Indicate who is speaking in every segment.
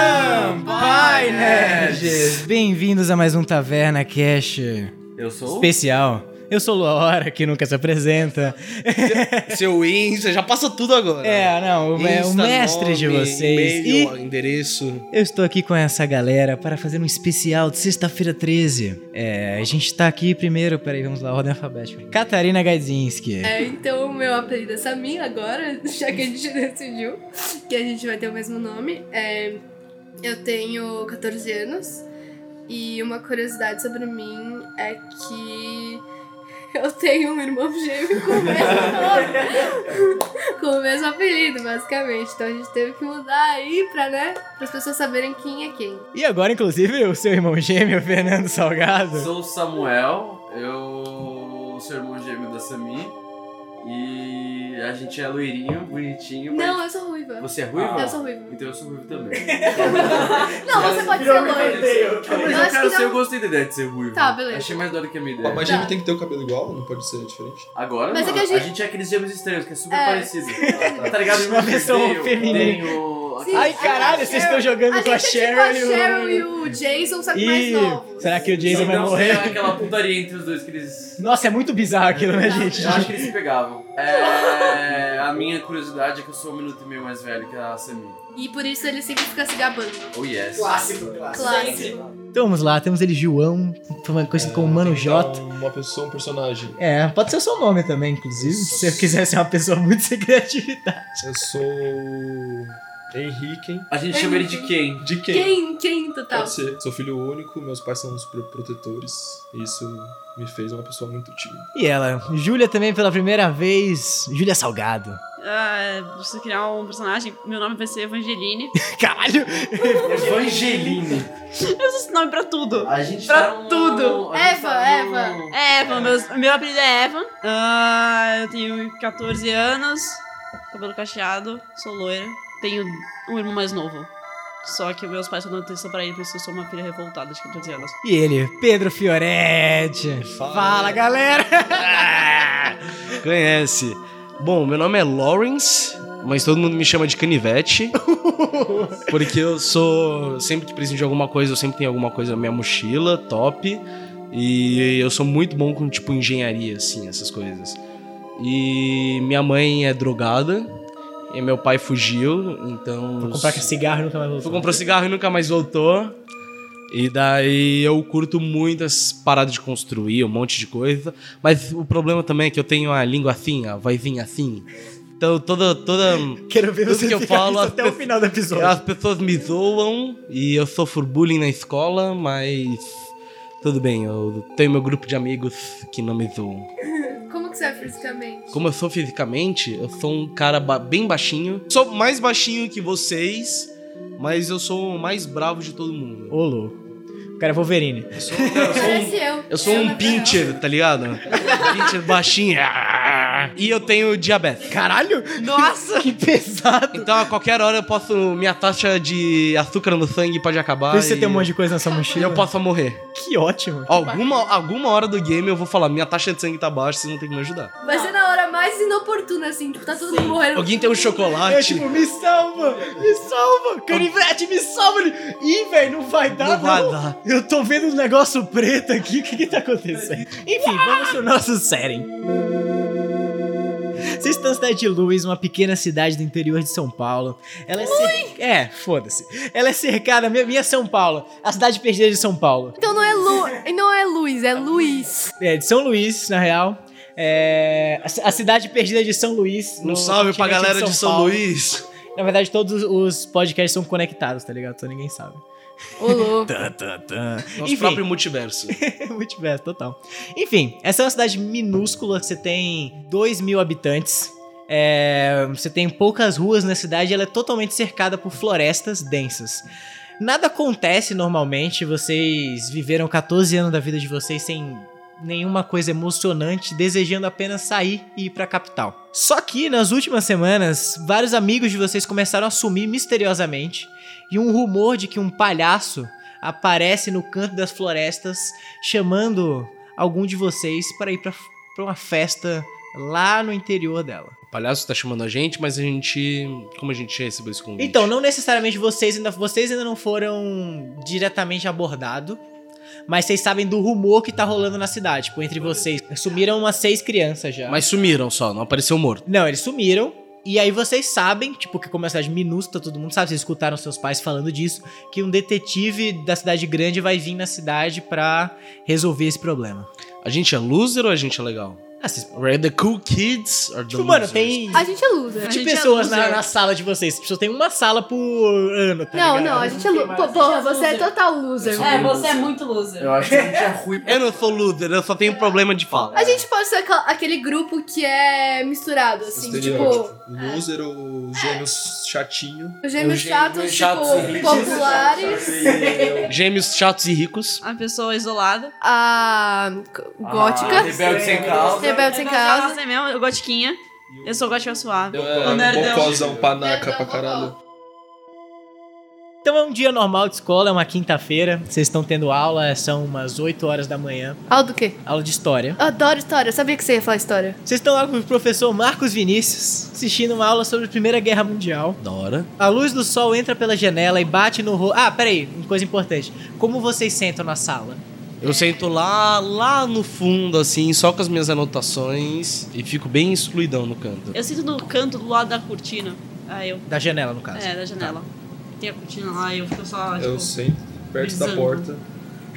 Speaker 1: Campai Nerds!
Speaker 2: Bem-vindos a mais um Taverna Cash
Speaker 1: Eu sou
Speaker 2: especial. Eu sou o Luaora, que nunca se apresenta.
Speaker 1: seu Insta, já passa tudo agora.
Speaker 2: É, não, o, me- o
Speaker 1: Insta,
Speaker 2: mestre de
Speaker 1: nome,
Speaker 2: vocês. E
Speaker 1: E-mail, endereço.
Speaker 2: eu estou aqui com essa galera para fazer um especial de sexta-feira 13. É, a gente tá aqui primeiro, peraí, vamos lá, ordem alfabética. Catarina Gaidzinski.
Speaker 3: É, então o meu apelido é Samir agora, já que a gente decidiu que a gente vai ter o mesmo nome. É, eu tenho 14 anos e uma curiosidade sobre mim é que eu tenho um irmão gêmeo com o mesmo nome, com o mesmo apelido, basicamente. Então a gente teve que mudar aí pra, né, as pessoas saberem quem é quem.
Speaker 2: E agora, inclusive, o seu irmão gêmeo, Fernando Salgado.
Speaker 4: Sou o Samuel, eu sou irmão gêmeo da Sami e a gente é loirinho, bonitinho. mas-
Speaker 3: Não, eu sou ruiva.
Speaker 4: Você é ruiva?
Speaker 3: Eu sou ruiva.
Speaker 4: Então eu sou ruivo também.
Speaker 3: Não, você pode ser loira.
Speaker 4: Mas
Speaker 3: acho
Speaker 4: eu quero
Speaker 3: que
Speaker 4: ser,
Speaker 3: não.
Speaker 4: eu gostei da ideia de ser ruivo.
Speaker 3: Tá, beleza.
Speaker 4: Achei mais da hora que a minha
Speaker 5: Mas
Speaker 4: ideia.
Speaker 5: Papai
Speaker 3: Tá.
Speaker 5: Gêmeo tem que ter o cabelo igual, não pode ser diferente.
Speaker 4: Agora
Speaker 3: Mas é
Speaker 4: mano,
Speaker 3: que a
Speaker 4: a,
Speaker 3: gente-
Speaker 4: gente é aqueles gêmeos estranhos, que é super
Speaker 3: É.
Speaker 4: parecido. tá ligado?
Speaker 2: Uma versão
Speaker 4: Tem o-
Speaker 2: feminina.
Speaker 4: Tem o...
Speaker 3: Sim.
Speaker 2: Ai, caralho,
Speaker 3: A
Speaker 2: vocês estão jogando
Speaker 3: A
Speaker 2: com a
Speaker 3: gente é tipo
Speaker 2: Cheryl
Speaker 3: a
Speaker 2: e o-
Speaker 3: Cheryl e o Jason, só que mais
Speaker 2: Ih,
Speaker 3: novos.
Speaker 2: será que o Jason vai
Speaker 4: Não,
Speaker 2: morrer?
Speaker 4: tem Aquela putaria entre os dois que eles...
Speaker 2: Nossa, é muito bizarro aquilo, né, gente?
Speaker 4: Eu acho que eles se pegavam. É, a minha curiosidade é que eu sou um minuto e meio mais velho que a Sami.
Speaker 3: E por isso ele sempre fica se gabando.
Speaker 4: Oh yes.
Speaker 3: Clássico.
Speaker 2: Então vamos lá, temos ele João, conhecido como
Speaker 6: Tá
Speaker 2: Mano J.
Speaker 5: Então, Uma pessoa, um personagem.
Speaker 2: É, pode ser o seu nome também, inclusive. Se você quiser ser uma pessoa muito sem criatividade.
Speaker 5: Eu sou. Henrique.
Speaker 4: A gente chama ele de quem?
Speaker 5: De quem?
Speaker 3: Quem? Quem,
Speaker 6: então?
Speaker 3: total?
Speaker 5: Pode ser. Sou filho único, meus pais são super protetores. E isso me fez uma pessoa muito tímida.
Speaker 2: E ela, Júlia também pela primeira vez, Júlia Salgado.
Speaker 7: Ah, preciso criar um personagem. Meu nome vai ser Evangeline.
Speaker 2: Caralho!
Speaker 4: Evangeline.
Speaker 7: Eu uso esse nome pra tudo.
Speaker 4: A gente
Speaker 7: Pra
Speaker 4: tá no-
Speaker 7: tudo.
Speaker 4: a gente
Speaker 3: Eva,
Speaker 4: tá no-
Speaker 3: Eva.
Speaker 7: É, Evan, meus- meu apelido é Evan. Ah, eu tenho 14 anos, cabelo cacheado, sou loira. Tenho um irmão mais novo. Só que meus pais só dão atenção pra ele, por isso eu sou uma filha revoltada de 14 anos.
Speaker 2: E ele, Pedro Fioretti. Fala, né? Ah!
Speaker 5: Fala.
Speaker 2: galera!
Speaker 6: Conhece. Bom, meu nome é Lawrence, mas todo mundo me chama de canivete. porque eu sou. Sempre que preciso de alguma coisa, eu sempre tenho alguma coisa na minha mochila, top. E eu sou muito bom com, tipo, engenharia, assim, essas coisas. E minha mãe é drogada. E meu pai fugiu, então.
Speaker 2: Vou comprar com cigarro e nunca mais
Speaker 6: Fui
Speaker 2: vou.
Speaker 6: comprar cigarro e nunca mais voltou. E daí eu curto muito as paradas de construir, um monte de coisa. Mas o problema também é que eu tenho a língua assim, a vozinha assim. Então toda. toda
Speaker 2: Quero ver
Speaker 6: Tudo
Speaker 2: você
Speaker 6: que eu
Speaker 2: ficar
Speaker 6: falo,
Speaker 2: nisso
Speaker 6: as
Speaker 2: até o
Speaker 6: pessoas-
Speaker 2: final do episódio.
Speaker 6: as pessoas me zoam e eu sofro bullying na escola, mas. Tudo bem, eu tenho meu grupo de amigos que não me zoam.
Speaker 3: Como que você é fisicamente?
Speaker 6: Como eu sou fisicamente, eu sou um cara ba- bem baixinho. Sou mais baixinho que vocês, mas eu sou o mais bravo de todo mundo.
Speaker 2: Ô, louco. O cara é Wolverine.
Speaker 6: Eu sou, eu sou um,
Speaker 3: Parece eu.
Speaker 6: eu sou um
Speaker 3: na
Speaker 6: pincher, tá ligado? pincher baixinho. E eu tenho diabetes.
Speaker 2: Caralho! Nossa! que pesado!
Speaker 6: Então a qualquer hora eu posso. Minha taxa de açúcar no sangue pode acabar.
Speaker 2: Por isso você
Speaker 6: e-
Speaker 2: tem um monte de coisa na sua
Speaker 6: E
Speaker 2: mochila.
Speaker 6: eu posso morrer.
Speaker 2: Que ótimo.
Speaker 6: Alguma, alguma hora do game eu vou falar: minha taxa de sangue tá baixa, vocês vão ter que me ajudar.
Speaker 3: real. Vai ser na hora mais inoportuna, assim. Tipo, tá todo mundo morrendo.
Speaker 6: Alguém tem um
Speaker 2: É
Speaker 6: chocolate?
Speaker 2: tipo, me salva! Me salva! Canivete, me salva! ele. Ih, velho, não vai dar, não.
Speaker 6: Não vai dar.
Speaker 2: Eu tô vendo um negócio preto aqui, o que que tá acontecendo? Enfim, vamos pro nosso série. Vocês estão na cidade de Luz, uma pequena cidade do interior de São Paulo. Ela é cer... É, foda-se. Ela é cercada, minha, minha São Paulo, a cidade perdida de São Paulo.
Speaker 3: Então não é Lu, não é Luiz, é Luiz.
Speaker 2: É, de São Luís, na real. É, a, ci- a cidade perdida de São Luís.
Speaker 6: Um
Speaker 2: no
Speaker 6: salve pra
Speaker 2: continente
Speaker 6: galera de São
Speaker 2: Paulo.
Speaker 6: Luís.
Speaker 2: Na verdade, todos os podcasts são conectados, tá ligado? Então ninguém sabe.
Speaker 3: Ô, louco.
Speaker 6: Tá.
Speaker 2: Tã, tã, tã.
Speaker 6: Nosso
Speaker 2: Enfim.
Speaker 6: próprio multiverso.
Speaker 2: Multiverso, total. Enfim, essa é uma cidade minúscula, você tem 2 mil habitantes. é, você tem poucas ruas na cidade, ela é totalmente cercada por florestas densas. Nada acontece normalmente, vocês viveram 14 anos da vida de vocês sem nenhuma coisa emocionante, desejando apenas sair e ir pra capital. Só que nas últimas semanas, vários amigos de vocês começaram a sumir misteriosamente e um rumor de que um palhaço aparece no canto das florestas chamando algum de vocês para ir para uma festa lá no interior dela.
Speaker 6: O palhaço tá chamando a gente, mas a gente. Como a gente recebeu esse convite?
Speaker 2: Então, não necessariamente vocês ainda, vocês ainda não foram diretamente abordados, mas vocês sabem do rumor que tá rolando na cidade. Tipo, entre vocês. Sumiram umas seis crianças já.
Speaker 6: Mas sumiram só, não apareceu morto.
Speaker 2: Não, eles sumiram. E aí vocês sabem, tipo, que como é uma cidade minúscula, todo mundo sabe, vocês escutaram seus pais falando disso, que um detetive da cidade grande vai vir na cidade pra resolver esse problema.
Speaker 6: A gente é loser ou a gente é legal?
Speaker 2: Ah, vocês...
Speaker 6: We're the cool kids or the
Speaker 2: Tipo, mano,
Speaker 6: losers?
Speaker 2: tem
Speaker 3: A gente é loser.
Speaker 7: A
Speaker 2: de
Speaker 7: gente é
Speaker 2: pessoas na,
Speaker 7: loser.
Speaker 2: na sala de vocês. Tipo, tem uma sala por ano, tá
Speaker 3: Não,
Speaker 2: ligado?
Speaker 3: não, a gente é loser. Pô, porra, você é total loser.
Speaker 4: É, você é
Speaker 7: muito loser.
Speaker 4: Eu acho que a gente é ruim.
Speaker 6: Eu não sou loser, eu só tenho problema de fala.
Speaker 3: A gente pode ser aqua- aquele grupo que é misturado, assim, tipo,
Speaker 5: Estereótipo. Loser ou gêmeos chatinho.
Speaker 3: os gêmeos
Speaker 4: Os gêmeos
Speaker 3: chatos,
Speaker 4: chatos,
Speaker 3: tipo,
Speaker 4: eles-
Speaker 3: populares.
Speaker 4: E-
Speaker 6: Gêmeos chatos e ricos.
Speaker 7: A pessoa isolada.
Speaker 3: A c- gótica.
Speaker 4: Ah, Rebelde sem causa.
Speaker 3: Rebelde sem causa.
Speaker 7: Sem mesmo, eu gotiquinha. Eu sou gótica suave.
Speaker 5: É,
Speaker 4: nerdão.
Speaker 5: bocozão, panaca
Speaker 3: Nerdão,
Speaker 5: pra caralho.
Speaker 2: Então é um dia normal de escola, é uma quinta-feira. Vocês estão tendo aula, são umas 8 horas da manhã.
Speaker 3: Ah, do quê?
Speaker 2: Aula de história.
Speaker 3: Eu adoro história, eu sabia que você ia falar história.
Speaker 2: Vocês estão lá com o professor Marcos Vinícius, assistindo uma aula sobre a Primeira Guerra Mundial.
Speaker 6: Da hora.
Speaker 2: A luz do sol entra pela janela e bate no rosto. Ah, peraí, uma coisa importante. Como vocês sentam na sala?
Speaker 6: Eu sento lá, lá no fundo, assim, só com as minhas anotações e fico bem excluidão no canto.
Speaker 7: Eu sinto no canto do lado da cortina. Aí eu.
Speaker 2: Da janela, no caso.
Speaker 7: É, da janela. Tem a cortina lá e eu fico só. Tipo,
Speaker 5: Eu sento perto da
Speaker 7: Bizarro.
Speaker 5: porta.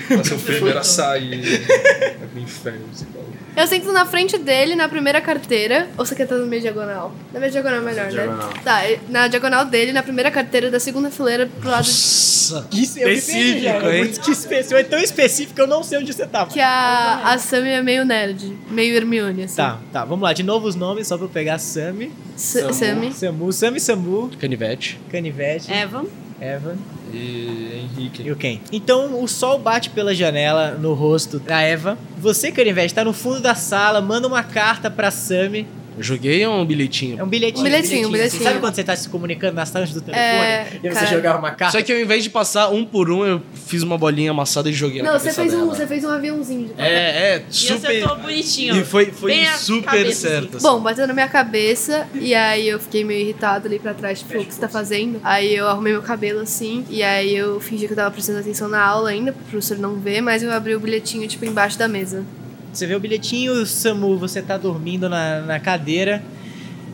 Speaker 5: Pra ser o primeiro a sair. É pro inferno, você fala.
Speaker 3: Eu sento na frente dele, na primeira carteira. Ou você quer estar no meio diagonal? Na meia diagonal é melhor,
Speaker 4: Diagonal.
Speaker 3: né? Tá, e- na diagonal dele, na primeira carteira, da segunda fileira, pro lado de...
Speaker 6: Nossa!
Speaker 2: Isso, eu me perdi,
Speaker 6: Específico,
Speaker 2: cara.
Speaker 6: hein?
Speaker 2: Muito Que específico, é tão específico que eu não sei onde você tá, tava.
Speaker 3: Que a, a Sammy é meio nerd, meio Hermione, assim.
Speaker 2: Tá, tá, vamos lá. De novo os nomes, só pra eu pegar Sammy,
Speaker 3: S- Sammy.
Speaker 2: Samu, Sammy, Samu,
Speaker 6: Canivete.
Speaker 2: Canivete,
Speaker 7: Evan.
Speaker 3: É.
Speaker 2: Evan
Speaker 5: E Henrique.
Speaker 2: e o Ken. Então o sol bate pela janela no rosto da Eva. Você, Canivete, tá no fundo da sala, manda uma carta pra Sammy.
Speaker 6: Eu Joguei um bilhetinho.
Speaker 2: É um bilhetinho.
Speaker 3: Um bilhetinho, um bilhetinho.
Speaker 2: Sabe quando você tá se comunicando na sala do telefone?
Speaker 3: É,
Speaker 2: e você
Speaker 3: cara.
Speaker 2: jogava uma carta?
Speaker 6: Só que ao invés de passar um por um, eu fiz uma bolinha amassada e joguei
Speaker 3: Não,
Speaker 6: na
Speaker 3: você
Speaker 6: cabeça
Speaker 3: fez, um,
Speaker 6: dela.
Speaker 3: você fez um aviãozinho de
Speaker 6: É, é,
Speaker 7: E eu
Speaker 6: super...
Speaker 7: acertou bonitinho.
Speaker 6: E foi, foi
Speaker 7: Bem a
Speaker 6: super
Speaker 7: cabeça,
Speaker 6: certo. assim.
Speaker 3: Bom, bateu na minha cabeça e aí eu fiquei meio irritada ali pra trás, tipo, o que você tá fazendo? Aí eu arrumei meu cabelo assim e aí eu fingi que eu tava prestando atenção na aula ainda, pro professor não ver, mas eu abri o bilhetinho, tipo, embaixo da mesa.
Speaker 2: Você vê o bilhetinho, Samu, você tá dormindo na, na cadeira.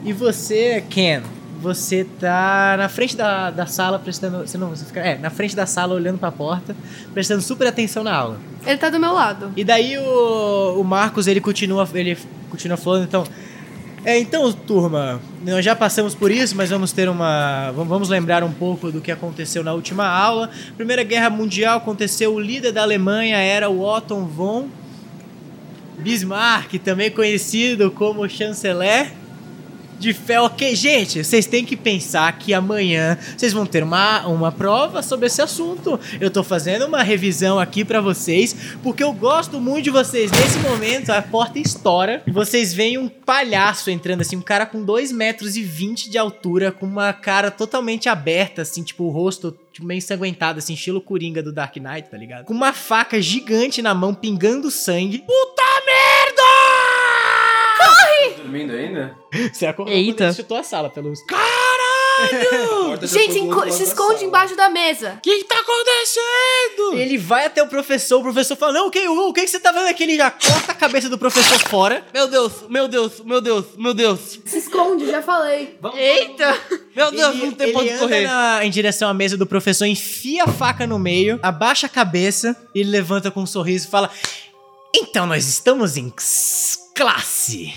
Speaker 2: E você, Ken, você tá na frente da, da sala prestando. Você não, você fica. É, na frente da sala olhando pra porta, prestando super atenção na aula.
Speaker 3: Ele tá do meu lado.
Speaker 2: E daí o, o Marcos, ele continua, ele continua falando, então. É, então, turma, nós já passamos por isso, mas vamos ter uma. vam- Vamos lembrar um pouco do que aconteceu na última aula. Primeira Guerra Mundial aconteceu, o líder da Alemanha era o Otto von Bismarck, também conhecido como chanceler de fé. Ok, gente, vocês têm que pensar que amanhã vocês vão ter uma, uma prova sobre esse assunto. Eu tô fazendo uma revisão aqui pra vocês, porque eu gosto muito de vocês. Nesse momento, a porta estoura e vocês veem um palhaço entrando, assim, um cara com 2 metros e 20 de altura, com uma cara totalmente aberta, assim, tipo, o rosto tipo, meio ensanguentado, assim, estilo Coringa do Dark Knight, tá ligado? Com uma faca gigante na mão, pingando sangue. Puta merda!
Speaker 4: Tá dormindo ainda?
Speaker 2: Você acordou
Speaker 7: Eita.
Speaker 2: quando ele chutou a sala pelos...
Speaker 5: A porta já
Speaker 3: Gente,
Speaker 5: foi do
Speaker 3: enco-
Speaker 5: outro
Speaker 3: se
Speaker 5: lado da
Speaker 3: esconde
Speaker 5: sala.
Speaker 3: embaixo da mesa.
Speaker 6: O que, que tá acontecendo?
Speaker 2: Ele vai até o professor, o professor fala: Não, o que, o que, que você tá vendo aqui? Ele já corta a cabeça do professor fora.
Speaker 6: Meu Deus, meu Deus, meu Deus, meu Deus.
Speaker 3: Se esconde, já falei.
Speaker 7: Eita!
Speaker 6: Meu Deus, não tem pra
Speaker 2: ele
Speaker 6: onde
Speaker 2: anda
Speaker 6: correr.
Speaker 2: na- em direção à mesa do professor, enfia a faca no meio, abaixa a cabeça e levanta com um sorriso e fala: Então nós estamos em css- classe.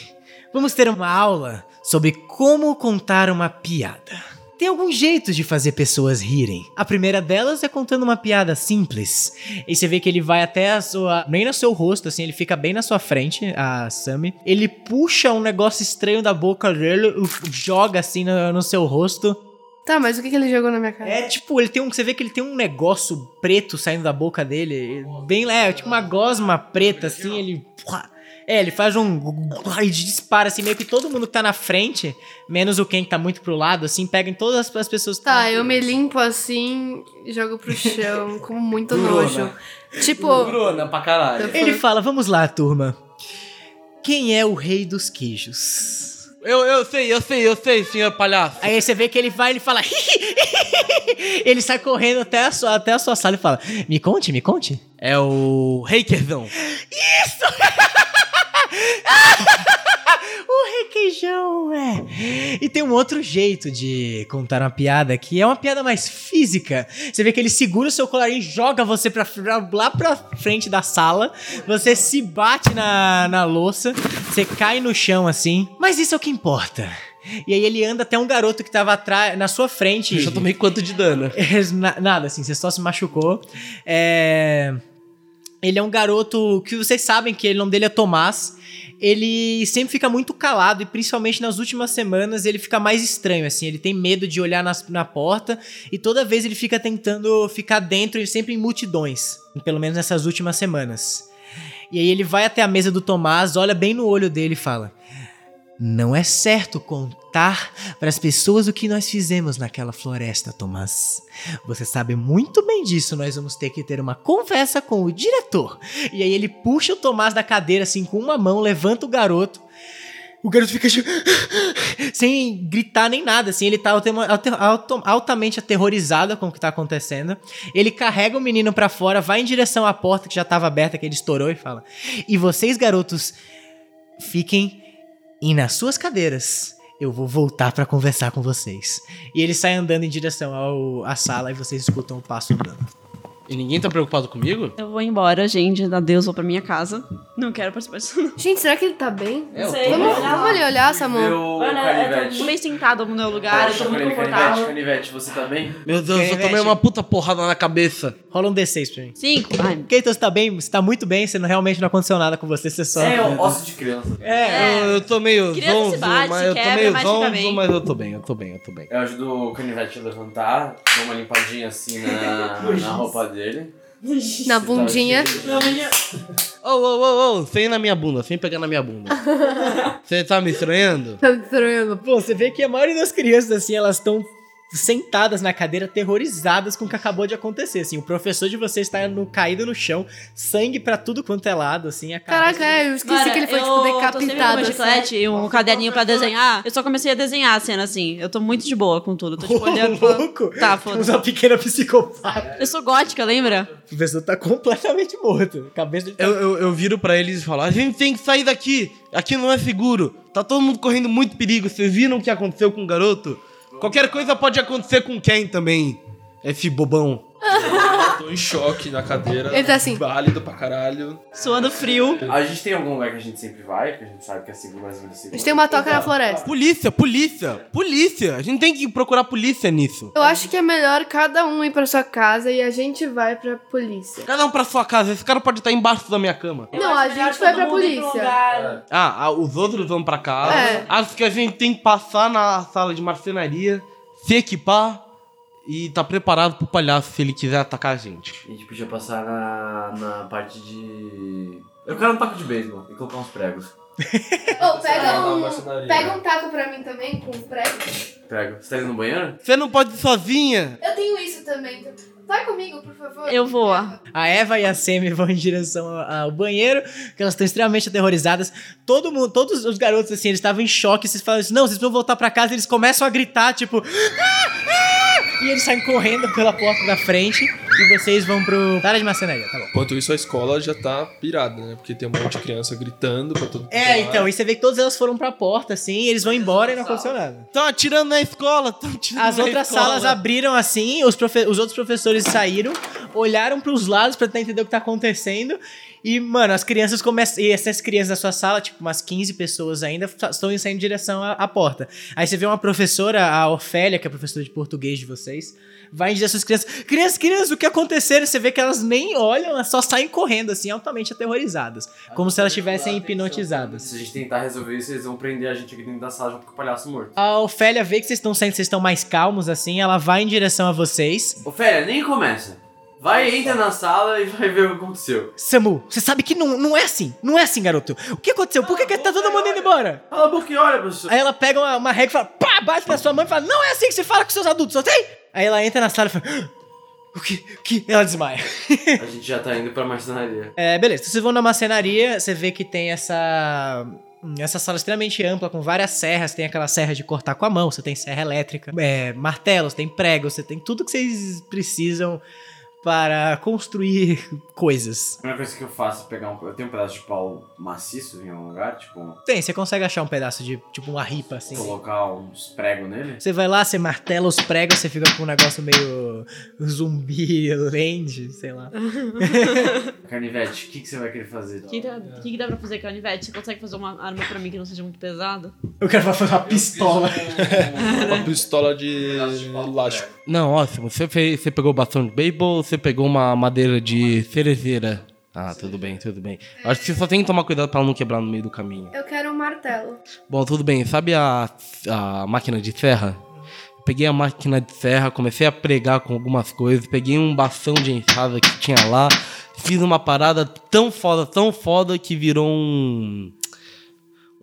Speaker 2: Vamos ter uma aula sobre como contar uma piada. Tem alguns jeitos de fazer pessoas rirem. A primeira delas é contando uma piada simples. E você vê que ele vai até a sua. Nem no seu rosto, assim, ele fica bem na sua frente, a Sammy. Ele puxa um negócio estranho da boca dele, uf, joga assim no- no seu rosto.
Speaker 3: Tá, mas o que, que ele jogou na minha cara?
Speaker 2: É tipo, ele tem um. Você vê que ele tem um negócio preto saindo da boca dele. Bem. É, tipo uma gosma preta, assim, ele. É, ele faz um. E dispara, assim, meio que todo mundo que tá na frente, menos o Ken que tá muito pro lado, assim, pega em todas as- as pessoas que
Speaker 3: Tá,
Speaker 2: na
Speaker 3: eu
Speaker 2: frente.
Speaker 3: me limpo assim, jogo pro chão, com muito
Speaker 4: Durou,
Speaker 3: nojo.
Speaker 4: né?
Speaker 3: Tipo,
Speaker 4: Bruna, pra caralho.
Speaker 2: Ele fala, vamos lá, turma. Quem é o rei dos queijos?
Speaker 6: Eu, eu sei, eu sei, eu sei, senhor palhaço.
Speaker 2: Aí você vê que ele vai, ele fala. ele sai correndo até a, sua, até a sua sala e fala: Me conte, me conte.
Speaker 6: É o Reikerzão.
Speaker 2: O requeijão, é. E tem um outro jeito de contar uma piada que é uma piada mais física. Você vê que ele segura o seu colarinho e joga você pra, pra- lá pra frente da sala. Você se bate na, na louça, você cai no chão assim. Mas isso é o que importa. E aí ele anda até um garoto que tava atrás, na sua frente.
Speaker 6: Eu já tomei quanto de dano?
Speaker 2: Na- Nada, assim, você só se machucou. É... Ele é um garoto que vocês sabem que ele- o nome dele é Tomás. Ele sempre fica muito calado e principalmente nas últimas semanas ele fica mais estranho, assim. Ele tem medo de olhar nas- na porta e toda vez ele fica tentando ficar dentro e sempre em multidões. Pelo menos nessas últimas semanas. E aí ele vai até a mesa do Tomás, olha bem no olho dele e fala... Não é certo contar para as pessoas o que nós fizemos naquela floresta, Tomás. Você sabe muito bem disso, nós vamos ter que ter uma conversa com o diretor. E aí ele puxa o Tomás da cadeira assim com uma mão, levanta o garoto. O garoto fica tipo, sem gritar nem nada, assim, ele tá altema- alte- alto- altamente aterrorizado com o que tá acontecendo. Ele carrega o menino pra fora, vai em direção à porta que já tava aberta, que ele estourou e fala: "E vocês, garotos, fiquem e nas suas cadeiras eu vou voltar pra conversar com vocês. E ele sai andando em direção ao, à sala e vocês escutam o passo andando.
Speaker 6: E ninguém tá preocupado comigo?
Speaker 7: Eu vou embora, gente. Adeus, vou pra minha casa. Não quero participar disso. não.
Speaker 3: Gente, será que ele tá bem?
Speaker 4: É, Eu
Speaker 7: sei.
Speaker 4: tô-
Speaker 7: Vamos-
Speaker 3: Vamos, vamos ali olhar, Samu.
Speaker 4: Meu
Speaker 7: Olha, eu
Speaker 4: canivete.
Speaker 7: tô meio sentada no meu lugar, eu
Speaker 4: Poxa,
Speaker 7: tô muito
Speaker 4: canivete, Canivete,
Speaker 7: confortável.
Speaker 4: canivete, você tá bem?
Speaker 6: Meu Deus, eu
Speaker 2: Canivete.
Speaker 6: tomei uma puta porrada na cabeça.
Speaker 2: Rola um D6 pra mim.
Speaker 7: Cinco. Ai,
Speaker 2: Ok, então você tá bem, você tá muito bem, você não, realmente não aconteceu nada com você, você só.
Speaker 4: É, um osso de criança.
Speaker 7: É.
Speaker 6: Eu, eu tô meio
Speaker 7: Criança se
Speaker 6: zonzo,
Speaker 7: bate,
Speaker 6: mas
Speaker 7: se
Speaker 6: eu
Speaker 7: quebra,
Speaker 6: tô meio
Speaker 7: mas fica
Speaker 6: zonzo,
Speaker 7: bem.
Speaker 6: mas eu tô bem, eu tô bem, eu tô bem.
Speaker 4: Eu ajudo o canivete a levantar, dou uma limpadinha assim na, na roupa dele.
Speaker 3: Na
Speaker 5: tá
Speaker 3: bundinha.
Speaker 6: Ô, ô, ô, ô, sem ir na minha bunda, sem pegar na minha bunda. Você tá me estranhando?
Speaker 3: Tá me estranhando.
Speaker 2: Pô, você vê que a maioria das crianças, assim, elas estão sentadas na cadeira, aterrorizadas com o que acabou de acontecer, assim. O professor de vocês tá no, caído no chão, sangue pra tudo quanto é lado, assim. A cara-
Speaker 3: Caraca, é, eu esqueci
Speaker 7: Mara,
Speaker 3: que ele foi,
Speaker 7: eu
Speaker 3: tipo,
Speaker 7: tô sempre com
Speaker 3: decapitado.
Speaker 7: uma
Speaker 3: assim.
Speaker 7: chiclete e um caderninho pra desenhar. Eu só comecei a desenhar a cena assim. Eu tô muito de boa com tudo. Eu tô tipo olhando.
Speaker 2: Ô,
Speaker 7: pra-
Speaker 2: louco!
Speaker 7: Tá,
Speaker 2: Temos
Speaker 7: foda-se.
Speaker 2: uma pequena psicopata.
Speaker 7: Eu sou gótica, lembra?
Speaker 2: O professor tá completamente morto. A cabeça dele tá
Speaker 6: Eu, eu, eu viro pra eles e falo, a gente tem que sair daqui, aqui não é seguro, tá todo mundo correndo muito perigo, vocês viram o que aconteceu com o garoto? Qualquer coisa pode acontecer com quem também, esse bobão.
Speaker 5: Eu tô em choque na cadeira.
Speaker 3: Ele tá assim.
Speaker 5: Válido pra caralho.
Speaker 2: tá
Speaker 7: Suando frio.
Speaker 4: A gente tem algum lugar que a gente sempre vai, que a gente sabe que é seguro, mas não é
Speaker 3: A
Speaker 4: seguro.
Speaker 3: gente tem uma toca na floresta.
Speaker 6: Polícia, polícia, polícia, a gente tem que procurar polícia nisso.
Speaker 3: Eu acho que é melhor cada um ir pra sua casa e a gente vai pra polícia.
Speaker 6: Cada um pra sua casa, esse cara pode estar embaixo da minha cama.
Speaker 3: Não, a gente vai pra
Speaker 7: um
Speaker 3: polícia.
Speaker 6: Ah, ah, os outros vão pra casa.
Speaker 3: É.
Speaker 6: Acho que a gente tem que passar na sala de marcenaria, se equipar e tá preparado pro palhaço se ele quiser atacar a gente.
Speaker 4: A gente podia passar na, na parte de. Eu quero um taco de beisebol e colocar uns pregos.
Speaker 3: Ô, pega
Speaker 5: Na
Speaker 3: um.
Speaker 5: marcenaria.
Speaker 3: Pega um taco pra mim também, com prego.
Speaker 4: Prego. Você tá indo no banheiro?
Speaker 6: Você não pode ir sozinha?
Speaker 3: Eu tenho isso também. então Vai comigo, por favor.
Speaker 7: Eu vou.
Speaker 2: A Eva e a Semi vão em direção ao- ao banheiro, que elas estão extremamente aterrorizadas. Todo mundo, todos os garotos, assim, eles estavam em choque. Vocês falam assim, não, vocês vão voltar pra casa. Eles começam a gritar, tipo... "Ah! Ah!" E eles saem correndo pela porta da frente. E vocês vão pro... Para de marcenaria, tá bom.
Speaker 5: Enquanto isso, a escola já tá pirada, né? Porque tem um monte de criança gritando pra todo
Speaker 2: É,
Speaker 5: lado.
Speaker 2: então, e você vê que todas elas foram pra porta, assim, e eles vão embora e não aconteceu nada.
Speaker 6: Estão atirando na escola, estão atirando
Speaker 2: As
Speaker 6: na
Speaker 2: outras
Speaker 6: escola.
Speaker 2: salas abriram assim, os, profe- os outros professores saíram, olharam pros lados pra tentar entender o que tá acontecendo. E, mano, as crianças começam. E essas crianças da sua sala, tipo, umas 15 pessoas ainda, fa- estão indo em direção à, à porta. Aí você vê uma professora, a Ofélia, que é a professora de português de vocês, vai em direção às crianças. Crianças, crianças, o que aconteceu? Você vê que elas nem olham, elas só saem correndo, assim, altamente aterrorizadas. Como se elas estivessem hipnotizadas.
Speaker 4: Se a gente tentar resolver isso, eles vão prender a gente aqui dentro da sala junto com o palhaço morto.
Speaker 2: A Ofélia vê que vocês estão saindo, vocês estão mais calmos, assim, ela vai em direção a vocês.
Speaker 4: Ofélia, nem começa. Vai, entra na sala e vai ver o que aconteceu.
Speaker 2: Samu, você sabe que não, não é assim. Não é assim, garoto. O que aconteceu? Por que, que tá todo mundo indo embora?
Speaker 4: Cala a boca e olha, professor.
Speaker 2: Aí ela pega uma, uma regra e fala, pá, bate na sua mãe e fala, não é assim que se fala com seus adultos, ok? Aí ela entra na sala e fala, "Ah, O que, o que? Ela desmaia.
Speaker 4: A gente já tá indo pra marcenaria.
Speaker 2: É, beleza. Vocês vão na marcenaria, você vê que tem essa. Essa sala extremamente ampla, com várias serras. Tem aquela serra de cortar com a mão, você tem serra elétrica, é, martelos, tem pregos, você tem tudo que vocês precisam para construir coisas.
Speaker 4: A primeira coisa que eu faço é pegar um. Eu tenho um pedaço de pau maciço em algum lugar, tipo,
Speaker 2: Tem, você consegue achar um pedaço de, tipo, uma ripa, assim.
Speaker 4: colocar uns pregos nele.
Speaker 2: Você vai lá, você martela os pregos, você fica com um negócio meio zumbi, land, sei lá.
Speaker 4: Carnivete, o que, que você vai querer fazer?
Speaker 7: O que, dá- o que dá pra fazer com a Anivete? Você consegue fazer uma arma pra mim que não seja muito pesada?
Speaker 2: Eu quero fazer uma pistola.
Speaker 5: Uma pistola de elástico.
Speaker 6: Não, ótimo. Você, fez, você pegou bastão de beisebol, você pegou uma madeira de cerejeira. Ah, tudo bem, tudo bem. Acho que você só tem que tomar cuidado pra ela não quebrar no meio do caminho.
Speaker 3: Eu quero um martelo.
Speaker 6: Bom, tudo bem. Sabe a, a máquina de serra? Peguei a máquina de serra, comecei a pregar com algumas coisas, peguei um bastão de enxada que tinha lá, fiz uma parada tão foda, tão foda que virou um.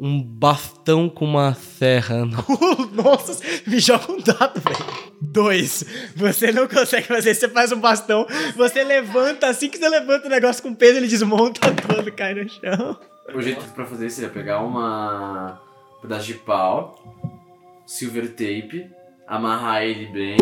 Speaker 6: Um bastão com uma serra.
Speaker 8: tá
Speaker 2: Nossa, me joga um dado, velho. Dois. Você não consegue fazer, você faz um bastão, você levanta, assim que você levanta o negócio com peso, ele desmonta todo, cai no chão.
Speaker 4: O jeito pra fazer isso é pegar uma um pedaço de pau, silver tape, amarrar ele bem,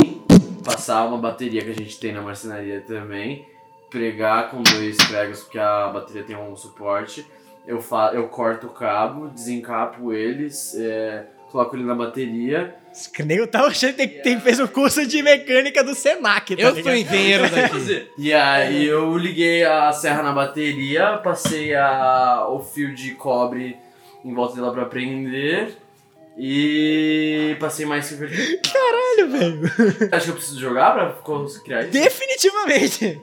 Speaker 4: passar uma bateria que a gente tem na marcenaria também, pregar com dois pregos porque a bateria tem um suporte. Eu fa eu corto o cabo, desencapo eles, é, coloco ele na bateria.
Speaker 2: Esse nego tá achando que tem, tem- fez um curso de mecânica do Senac, tá
Speaker 6: Eu sou
Speaker 2: ligado?
Speaker 6: engenheiro daqui.
Speaker 4: E aí
Speaker 2: É.
Speaker 4: eu liguei a serra na bateria, passei a, o fio de cobre em volta dela pra prender e passei mais silver tape.
Speaker 2: Caralho, velho.
Speaker 4: Acho que eu preciso jogar pra cons- criar isso.
Speaker 2: Definitivamente.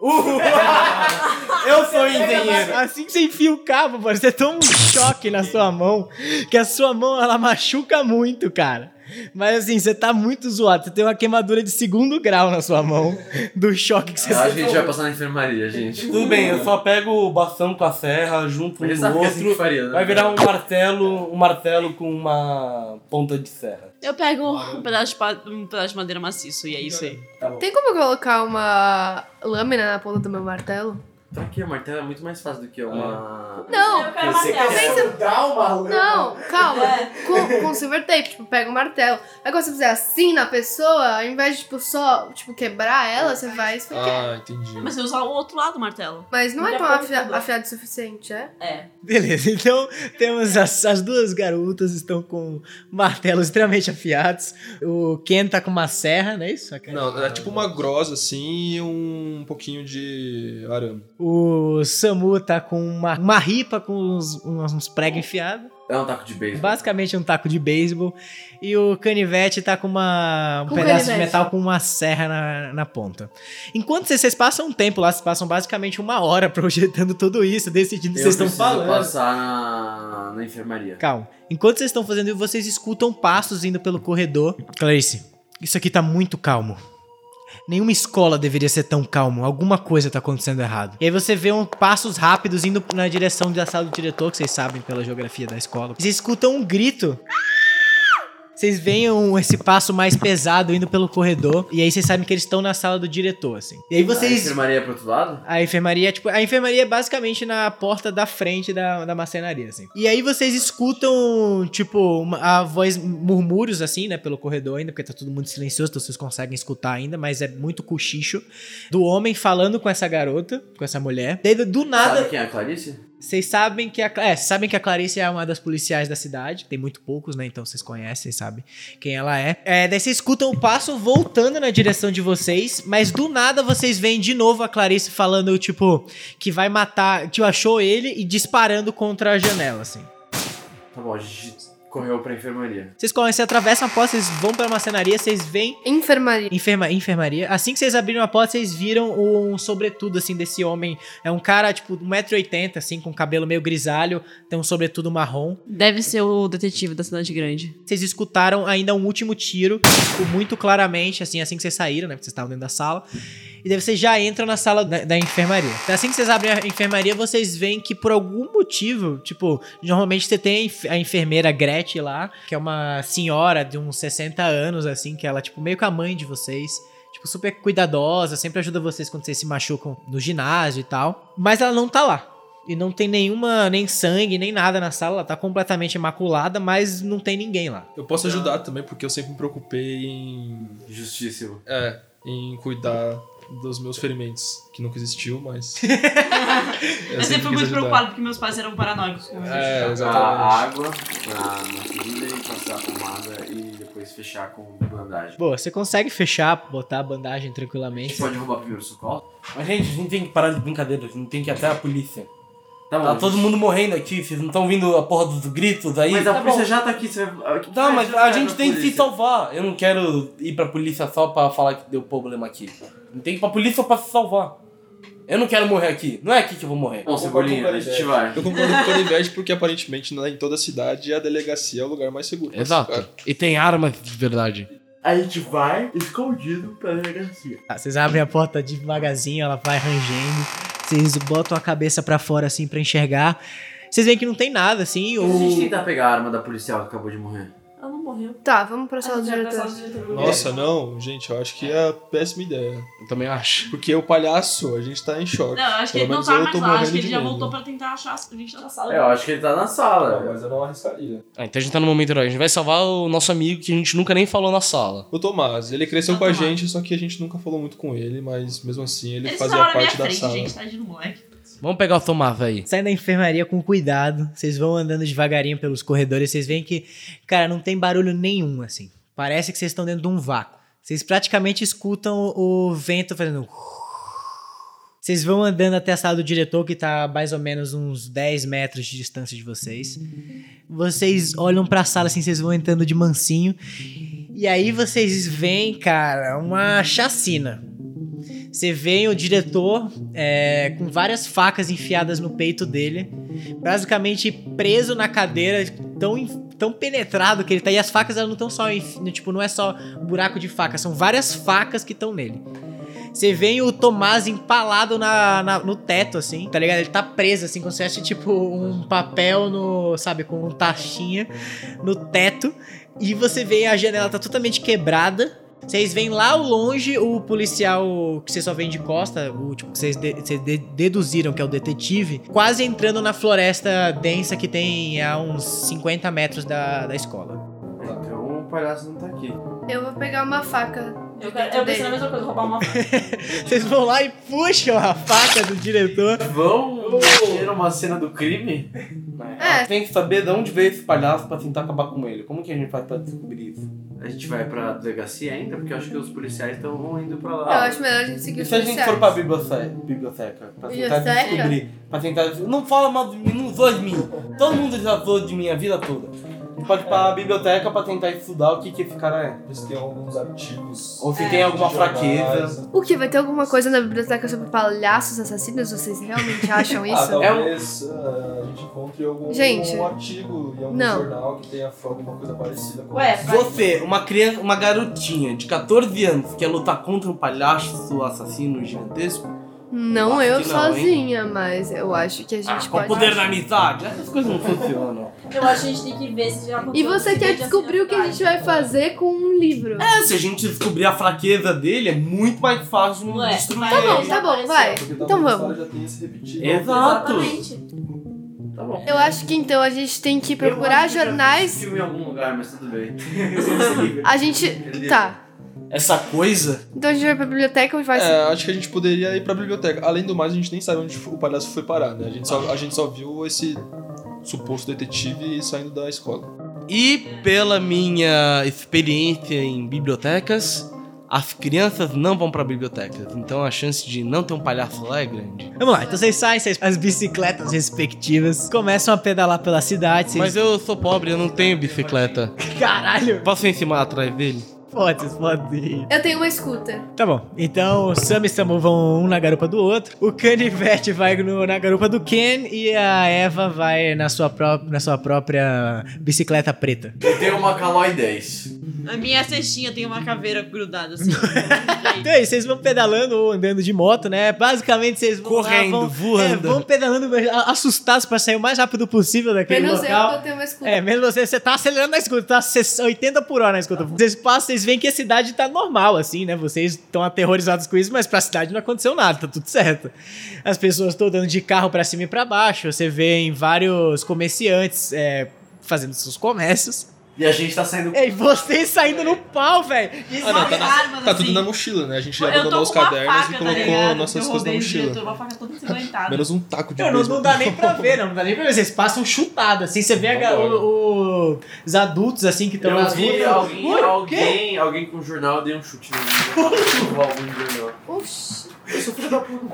Speaker 4: Uh! eu sou um engenheiro!
Speaker 2: Assim que você enfia o cabo, mano, você toma um choque na sua mão, que a sua mão ela machuca muito, cara. Mas assim, você tá muito zoado. Você tem uma queimadura de segundo grau na sua mão, do choque que você tá
Speaker 4: Ah, a gente vai passar na enfermaria, gente.
Speaker 6: Tudo bem, eu só pego o bastão com a serra, junto um
Speaker 4: Mas
Speaker 6: no
Speaker 4: sabe que é assim que
Speaker 6: outro.
Speaker 4: faria, né?
Speaker 6: Vai virar um martelo, um martelo com uma ponta de serra.
Speaker 7: Eu pego um pedaço de, pa- um pedaço de madeira maciço e é isso aí.
Speaker 3: Tem como eu colocar uma lâmina na ponta do meu martelo?
Speaker 2: um-
Speaker 4: Tá aqui, a martela é muito mais fácil do que uma...
Speaker 3: Não,
Speaker 4: Eu sei que é-
Speaker 3: não, calma.
Speaker 7: É.
Speaker 3: Com, com silver tape, tipo, pega o martelo. Agora, se você fizer assim na pessoa, ao invés de, tipo, só, tipo, quebrar ela, você vai esfaquear.
Speaker 5: Ah, entendi.
Speaker 7: Mas você usa o outro lado do martelo.
Speaker 3: Mas não é
Speaker 7: Dá
Speaker 3: tão
Speaker 7: pra
Speaker 3: afia-
Speaker 7: tudo.
Speaker 3: afiado o suficiente, é?
Speaker 7: É.
Speaker 2: Beleza, então temos as, as duas garotas estão com martelos extremamente afiados. O Ken tá com uma serra, não é isso?
Speaker 5: Não, é tipo uma grosa assim e um pouquinho de arame.
Speaker 2: O Samu tá com uma, uma ripa com uns, uns, uns pregos enfiados.
Speaker 4: É um taco de beisebol.
Speaker 2: Basicamente um taco de beisebol. E o canivete tá com uma, um
Speaker 3: Com
Speaker 2: pedaço de
Speaker 3: canivete.
Speaker 2: metal com uma serra na, na ponta. Enquanto vocês, vocês passam um tempo lá, vocês passam basicamente uma hora projetando tudo isso, decidindo o que
Speaker 4: Eu
Speaker 2: vocês estão
Speaker 4: preciso
Speaker 2: falando.
Speaker 4: passar na, na enfermaria.
Speaker 2: Calma. Enquanto vocês estão fazendo isso, vocês escutam passos indo pelo corredor. Clarice, isso aqui tá muito calmo. Nenhuma escola deveria ser tão calmo. Alguma coisa tá acontecendo errado. E aí você vê um, passos rápidos indo na direção da sala do diretor, que vocês sabem pela geografia da escola. Vocês escutam um grito. Vocês veem um- esse passo mais pesado indo pelo corredor. E aí vocês sabem que eles estão na sala do diretor, assim. E aí
Speaker 4: A
Speaker 2: vocês.
Speaker 4: enfermaria é pro outro lado?
Speaker 2: A enfermaria, tipo, a enfermaria é basicamente na porta da frente da, da marcenaria, assim. E aí vocês escutam, tipo, uma- a voz, murmúrios, assim, né, pelo corredor ainda, porque tá tudo muito silencioso, então vocês conseguem escutar ainda, mas é muito cochicho do homem falando com essa garota, com essa mulher. Daí, do nada,
Speaker 4: Sabe quem é a Clarice?
Speaker 2: vocês sabem que a, Cla- é, vocês sabem que a Clarice é uma das policiais da cidade. Tem muito poucos, né? Então vocês conhecem, vocês sabem quem ela é. é. Daí vocês escutam o passo voltando na direção de vocês, mas do nada vocês veem de novo a Clarice falando, tipo, que vai matar, que achou ele e disparando contra a janela, assim.
Speaker 4: Tá bom, a gente correu pra enfermaria.
Speaker 2: Vocês correm, vocês atravessam a porta, vocês vão pra marcenaria, vocês veem
Speaker 3: Enfermaria.
Speaker 2: Enferma, enfermaria. Assim que vocês abriram a porta, vocês viram um sobretudo, assim, desse homem. É um cara, tipo, 1,80m, assim, com cabelo meio grisalho, tem um sobretudo marrom.
Speaker 7: Deve ser o detetive da cidade grande.
Speaker 2: Vocês escutaram ainda um último tiro, tipo, muito claramente, assim, assim que vocês saíram, né? Porque vocês estavam dentro da sala. E daí vocês já entram na sala da, da enfermaria. Então, assim que vocês abrem a enfermaria, vocês veem que por algum motivo, tipo, normalmente você tem a enf- a enfermeira Gretchen lá, que é uma senhora de uns 60 anos, assim, que ela, tipo, meio que a mãe de vocês. Tipo, tipo, super cuidadosa, sempre ajuda vocês quando vocês se machucam no ginásio e tal. Mas ela não tá lá. E não tem nenhuma, nem sangue, nem nada na sala. Ela tá completamente imaculada, mas não tem ninguém lá.
Speaker 5: Eu posso
Speaker 3: Então.
Speaker 5: ajudar também, porque eu sempre me preocupei em.
Speaker 4: Justíssimo.
Speaker 5: É, em cuidar dos meus ferimentos, que nunca existiu, mas.
Speaker 7: Eu sempre fui muito preocupado porque meus pais eram paranoicos com isso.
Speaker 5: É,
Speaker 4: Jogar Tá,
Speaker 5: exatamente.
Speaker 4: a água na, na ferida e passar a pomada e depois fechar com bandagem.
Speaker 2: Boa, você consegue fechar, botar a bandagem
Speaker 4: A gente
Speaker 2: tranquilamente.
Speaker 4: pode roubar primeiro socorro?
Speaker 8: Mas, gente, a gente tem que parar de brincadeira, a gente tem que ir até a polícia.
Speaker 4: Tá
Speaker 8: Tá
Speaker 4: bom.
Speaker 8: todo mundo morrendo aqui, vocês não estão ouvindo a porra dos gritos aí?
Speaker 4: Mas a
Speaker 8: Tá
Speaker 4: polícia
Speaker 8: bom.
Speaker 4: já tá aqui. Você... vai- o que que
Speaker 8: Não,
Speaker 4: vai
Speaker 8: mas a
Speaker 4: ajudar
Speaker 8: gente
Speaker 4: na
Speaker 8: tem que se
Speaker 4: polícia?
Speaker 8: salvar. Eu não quero ir pra polícia só pra falar que deu problema aqui. Não tem que ir pra polícia pra se salvar. Eu não quero morrer aqui. Não é aqui que eu vou morrer.
Speaker 4: Bom, Cebolinha, a gente vai.
Speaker 5: Eu concordo com o Ivete porque aparentemente na- em toda a cidade a delegacia é o lugar mais seguro. pra se
Speaker 6: Exato.
Speaker 5: ficar.
Speaker 6: E tem armas de verdade.
Speaker 4: A gente vai escondido pra delegacia.
Speaker 2: Tá, vocês abrem a porta devagarzinho, ela vai rangendo. Vocês botam a cabeça pra fora, assim, pra enxergar. Vocês veem que não tem nada, assim,
Speaker 4: E se a gente
Speaker 2: ou...
Speaker 4: tentar pegar a arma da policial que acabou de morrer?
Speaker 7: Ela não morreu.
Speaker 3: Tá, vamos pra sala do
Speaker 7: Ela
Speaker 3: diretor.
Speaker 7: tá só diretor.
Speaker 5: Nossa, não, gente, eu acho que é péssima ideia.
Speaker 6: Eu também acho.
Speaker 5: Porque o palhaço, a gente tá em choque.
Speaker 7: Não, eu acho que
Speaker 5: Pelo
Speaker 7: ele não
Speaker 5: menos
Speaker 7: tá
Speaker 5: eu
Speaker 7: mais
Speaker 5: tô
Speaker 7: lá. Acho
Speaker 5: morrendo
Speaker 7: que ele
Speaker 5: de
Speaker 7: já
Speaker 5: medo.
Speaker 7: voltou pra tentar achar a gente na
Speaker 8: Ah.
Speaker 7: sala.
Speaker 4: É, eu acho que ele tá na
Speaker 5: Não,
Speaker 4: sala.
Speaker 5: mas eu não arriscaria.
Speaker 6: Ah, então a gente tá no momento herói. A gente vai salvar o nosso amigo que a gente nunca nem falou na sala.
Speaker 5: O Tomás, ele cresceu
Speaker 7: O
Speaker 5: com a
Speaker 7: Tomás.
Speaker 5: gente, só que a gente nunca falou muito com ele, mas mesmo assim ele
Speaker 7: Eles
Speaker 5: fazia
Speaker 7: falaram na é minha
Speaker 5: parte da
Speaker 7: frente,
Speaker 5: sala.
Speaker 7: gente. Tadinho do moleque.
Speaker 6: Vamos pegar o Tomás aí.
Speaker 2: Saem da enfermaria com cuidado, vocês vão andando devagarinho pelos corredores, vocês veem que, cara, não tem barulho nenhum, assim. Parece que vocês estão dentro de um vácuo. Vocês praticamente escutam o o vento fazendo. um Vocês vão andando até a sala do diretor, que tá a mais ou menos uns 10 metros de distância de vocês. Vocês olham pra sala assim, vocês vão entrando de mansinho. E aí vocês veem, cara, uma chacina. Você vê o diretor é, com várias facas enfiadas no peito dele, basicamente preso na cadeira, tão, en- tão penetrado que ele tá. E as facas elas não estão só. enf- no- Tipo, não é só buraco de faca, são várias facas que estão nele. Você vê o Tomás empalado na, na- no teto, assim, tá ligado? Ele tá preso, assim, como se fosse, tipo, um papel no. Sabe, com um tachinha no teto. E você vê a janela tá totalmente quebrada. Vocês veem lá ao longe o policial que vocês só veem de costa, o tipo, que vocês de- vocês de- deduziram que é o detetive, quase entrando na floresta densa que tem a uns 50 metros da, da escola.
Speaker 4: Então o palhaço não tá aqui.
Speaker 3: Eu vou pegar uma faca.
Speaker 7: Eu, quero, eu pensei na mesma coisa, roubar uma
Speaker 2: Vocês vão lá e puxam a faca do diretor.
Speaker 4: Vão ter uma cena do crime?
Speaker 3: É.
Speaker 8: Tem que saber de onde veio esse palhaço pra tentar acabar com ele. Como que a gente faz pra descobrir isso?
Speaker 4: A gente vai pra delegacia ainda, porque eu acho que os policiais estão indo pra
Speaker 3: Eu
Speaker 4: lá.
Speaker 3: acho melhor a gente seguir
Speaker 8: E
Speaker 3: os
Speaker 8: se a gente
Speaker 3: policiais.
Speaker 8: for pra biblioteca, biblioteca pra tentar
Speaker 3: Biblioteca?
Speaker 8: descobrir, pra tentar... Não fala mal de mim, não zoa de mim. Todo mundo já zoou de mim a vida toda. A gente pode ir pra biblioteca pra tentar estudar o que que esse cara é.
Speaker 5: Por isso tem alguns É, artigos.
Speaker 8: Ou se tem alguma fraqueza.
Speaker 3: O que? Vai ter alguma coisa na biblioteca sobre palhaços assassinos? Vocês realmente acham
Speaker 5: Ah,
Speaker 8: tá
Speaker 3: isso?
Speaker 5: talvez ah, a gente encontre algum,
Speaker 3: Gente.
Speaker 5: algum artigo em algum
Speaker 3: Não.
Speaker 5: jornal que tenha alguma coisa parecida com
Speaker 3: É
Speaker 7: Ué,
Speaker 5: isso.
Speaker 7: vai.
Speaker 8: Você, uma criança, uma garotinha de 14 anos que quer lutar contra um palhaço assassino gigantesco,
Speaker 3: Não
Speaker 8: acho
Speaker 3: eu
Speaker 8: que não, hein?
Speaker 3: sozinha, mas eu acho que a
Speaker 8: ah,
Speaker 3: gente
Speaker 8: com o
Speaker 3: pode.
Speaker 8: poder da amizade, essas coisas não funcionam.
Speaker 7: Eu acho que a gente tem que ver se já
Speaker 3: E você quer descobrir o que a gente vai fazer com um livro?
Speaker 8: É, se a gente descobrir a fraqueza dele, é muito mais fácil
Speaker 7: Ué,
Speaker 8: destruir
Speaker 7: vai-
Speaker 3: Tá bom,
Speaker 8: ele.
Speaker 3: tá bom, vai.
Speaker 5: Porque
Speaker 3: Então
Speaker 5: talvez a
Speaker 3: vamos.
Speaker 5: história Já tenha se repetido.
Speaker 8: Exato.
Speaker 7: Exatamente.
Speaker 4: Tá bom.
Speaker 3: Eu acho que então a gente tem que
Speaker 4: Eu
Speaker 3: procurar
Speaker 4: acho que é eu já vi
Speaker 3: jornais.
Speaker 4: esse filme em algum lugar, mas tudo bem. Eu sou desse livro.
Speaker 3: A gente.
Speaker 4: Entendeu?
Speaker 3: Tá.
Speaker 8: Essa coisa,
Speaker 3: Então a gente vai pra biblioteca e vai.
Speaker 5: É, acho que a gente poderia ir pra biblioteca. Além do mais, a gente nem sabe onde o palhaço foi parar, né? A gente só, a gente só viu esse suposto detetive saindo da escola.
Speaker 6: E pela minha experiência em bibliotecas, as crianças não vão pra bibliotecas. Então a chance de não ter um palhaço lá é grande.
Speaker 2: Vamos lá, então vocês saem, vocês, as bicicletas respectivas começam a pedalar pela cidade. Vocês...
Speaker 6: Mas eu sou pobre, eu não tenho bicicleta.
Speaker 2: Caralho!
Speaker 6: Posso ir em cima atrás dele?
Speaker 2: Pode, vocês podem ir.
Speaker 3: Eu tenho uma scooter.
Speaker 2: Tá bom, então o Sam e Samu vão um na garupa do outro, o Canivete vai no- na garupa do Ken e a Eva vai na sua, pró- na sua própria bicicleta preta.
Speaker 4: Eu tenho uma Calói 10.
Speaker 7: A minha cestinha tem uma caveira grudada assim.
Speaker 2: Então é isso, vocês vão pedalando ou andando de moto, né? Basicamente vocês vão lá,
Speaker 6: Correndo,
Speaker 2: vão,
Speaker 6: voando.
Speaker 2: É, vão pedalando a- assustados pra sair o mais rápido possível daquele
Speaker 4: um
Speaker 3: Menos eu que
Speaker 2: local.
Speaker 3: eu tenho uma scooter.
Speaker 2: É, mesmo você, você tá acelerando na escuta, tá 80 por hora na escuta. Vocês passam, vocês veem que a cidade tá normal, assim, né? Vocês estão aterrorizados com isso, mas pra cidade não aconteceu nada, tá tudo certo. As pessoas estão andando de carro pra cima e pra baixo, você vê vários comerciantes é, fazendo seus comércios.
Speaker 4: E a gente tá saindo.
Speaker 2: E aí vocês saindo no pau, velho!
Speaker 5: Ah, não, tá, na-
Speaker 7: armas,
Speaker 5: tá
Speaker 7: assim.
Speaker 5: tudo na mochila, né? A gente já
Speaker 7: Eu tô
Speaker 5: abandonou
Speaker 7: com
Speaker 5: os
Speaker 7: uma
Speaker 5: cadernos
Speaker 7: faca,
Speaker 5: e
Speaker 7: tá
Speaker 5: colocou
Speaker 7: ligado?
Speaker 5: nossas
Speaker 7: eu
Speaker 5: coisas na
Speaker 7: roubei do
Speaker 5: mochila.
Speaker 7: diretor, uma faca toda ensanguentada.
Speaker 5: Menos um taco de
Speaker 2: Não, não,
Speaker 5: beisebol.
Speaker 2: não dá nem pra ver, não, não dá nem pra ver. Vocês passam chutado, assim, você vê a ga- o- o- os adultos, assim, que estão
Speaker 4: eu
Speaker 2: nas
Speaker 4: vi
Speaker 2: ruas.
Speaker 4: alguém,
Speaker 2: Ui,
Speaker 4: alguém, alguém com jornal deu um chute no meu. algum jornal.
Speaker 3: Oxi.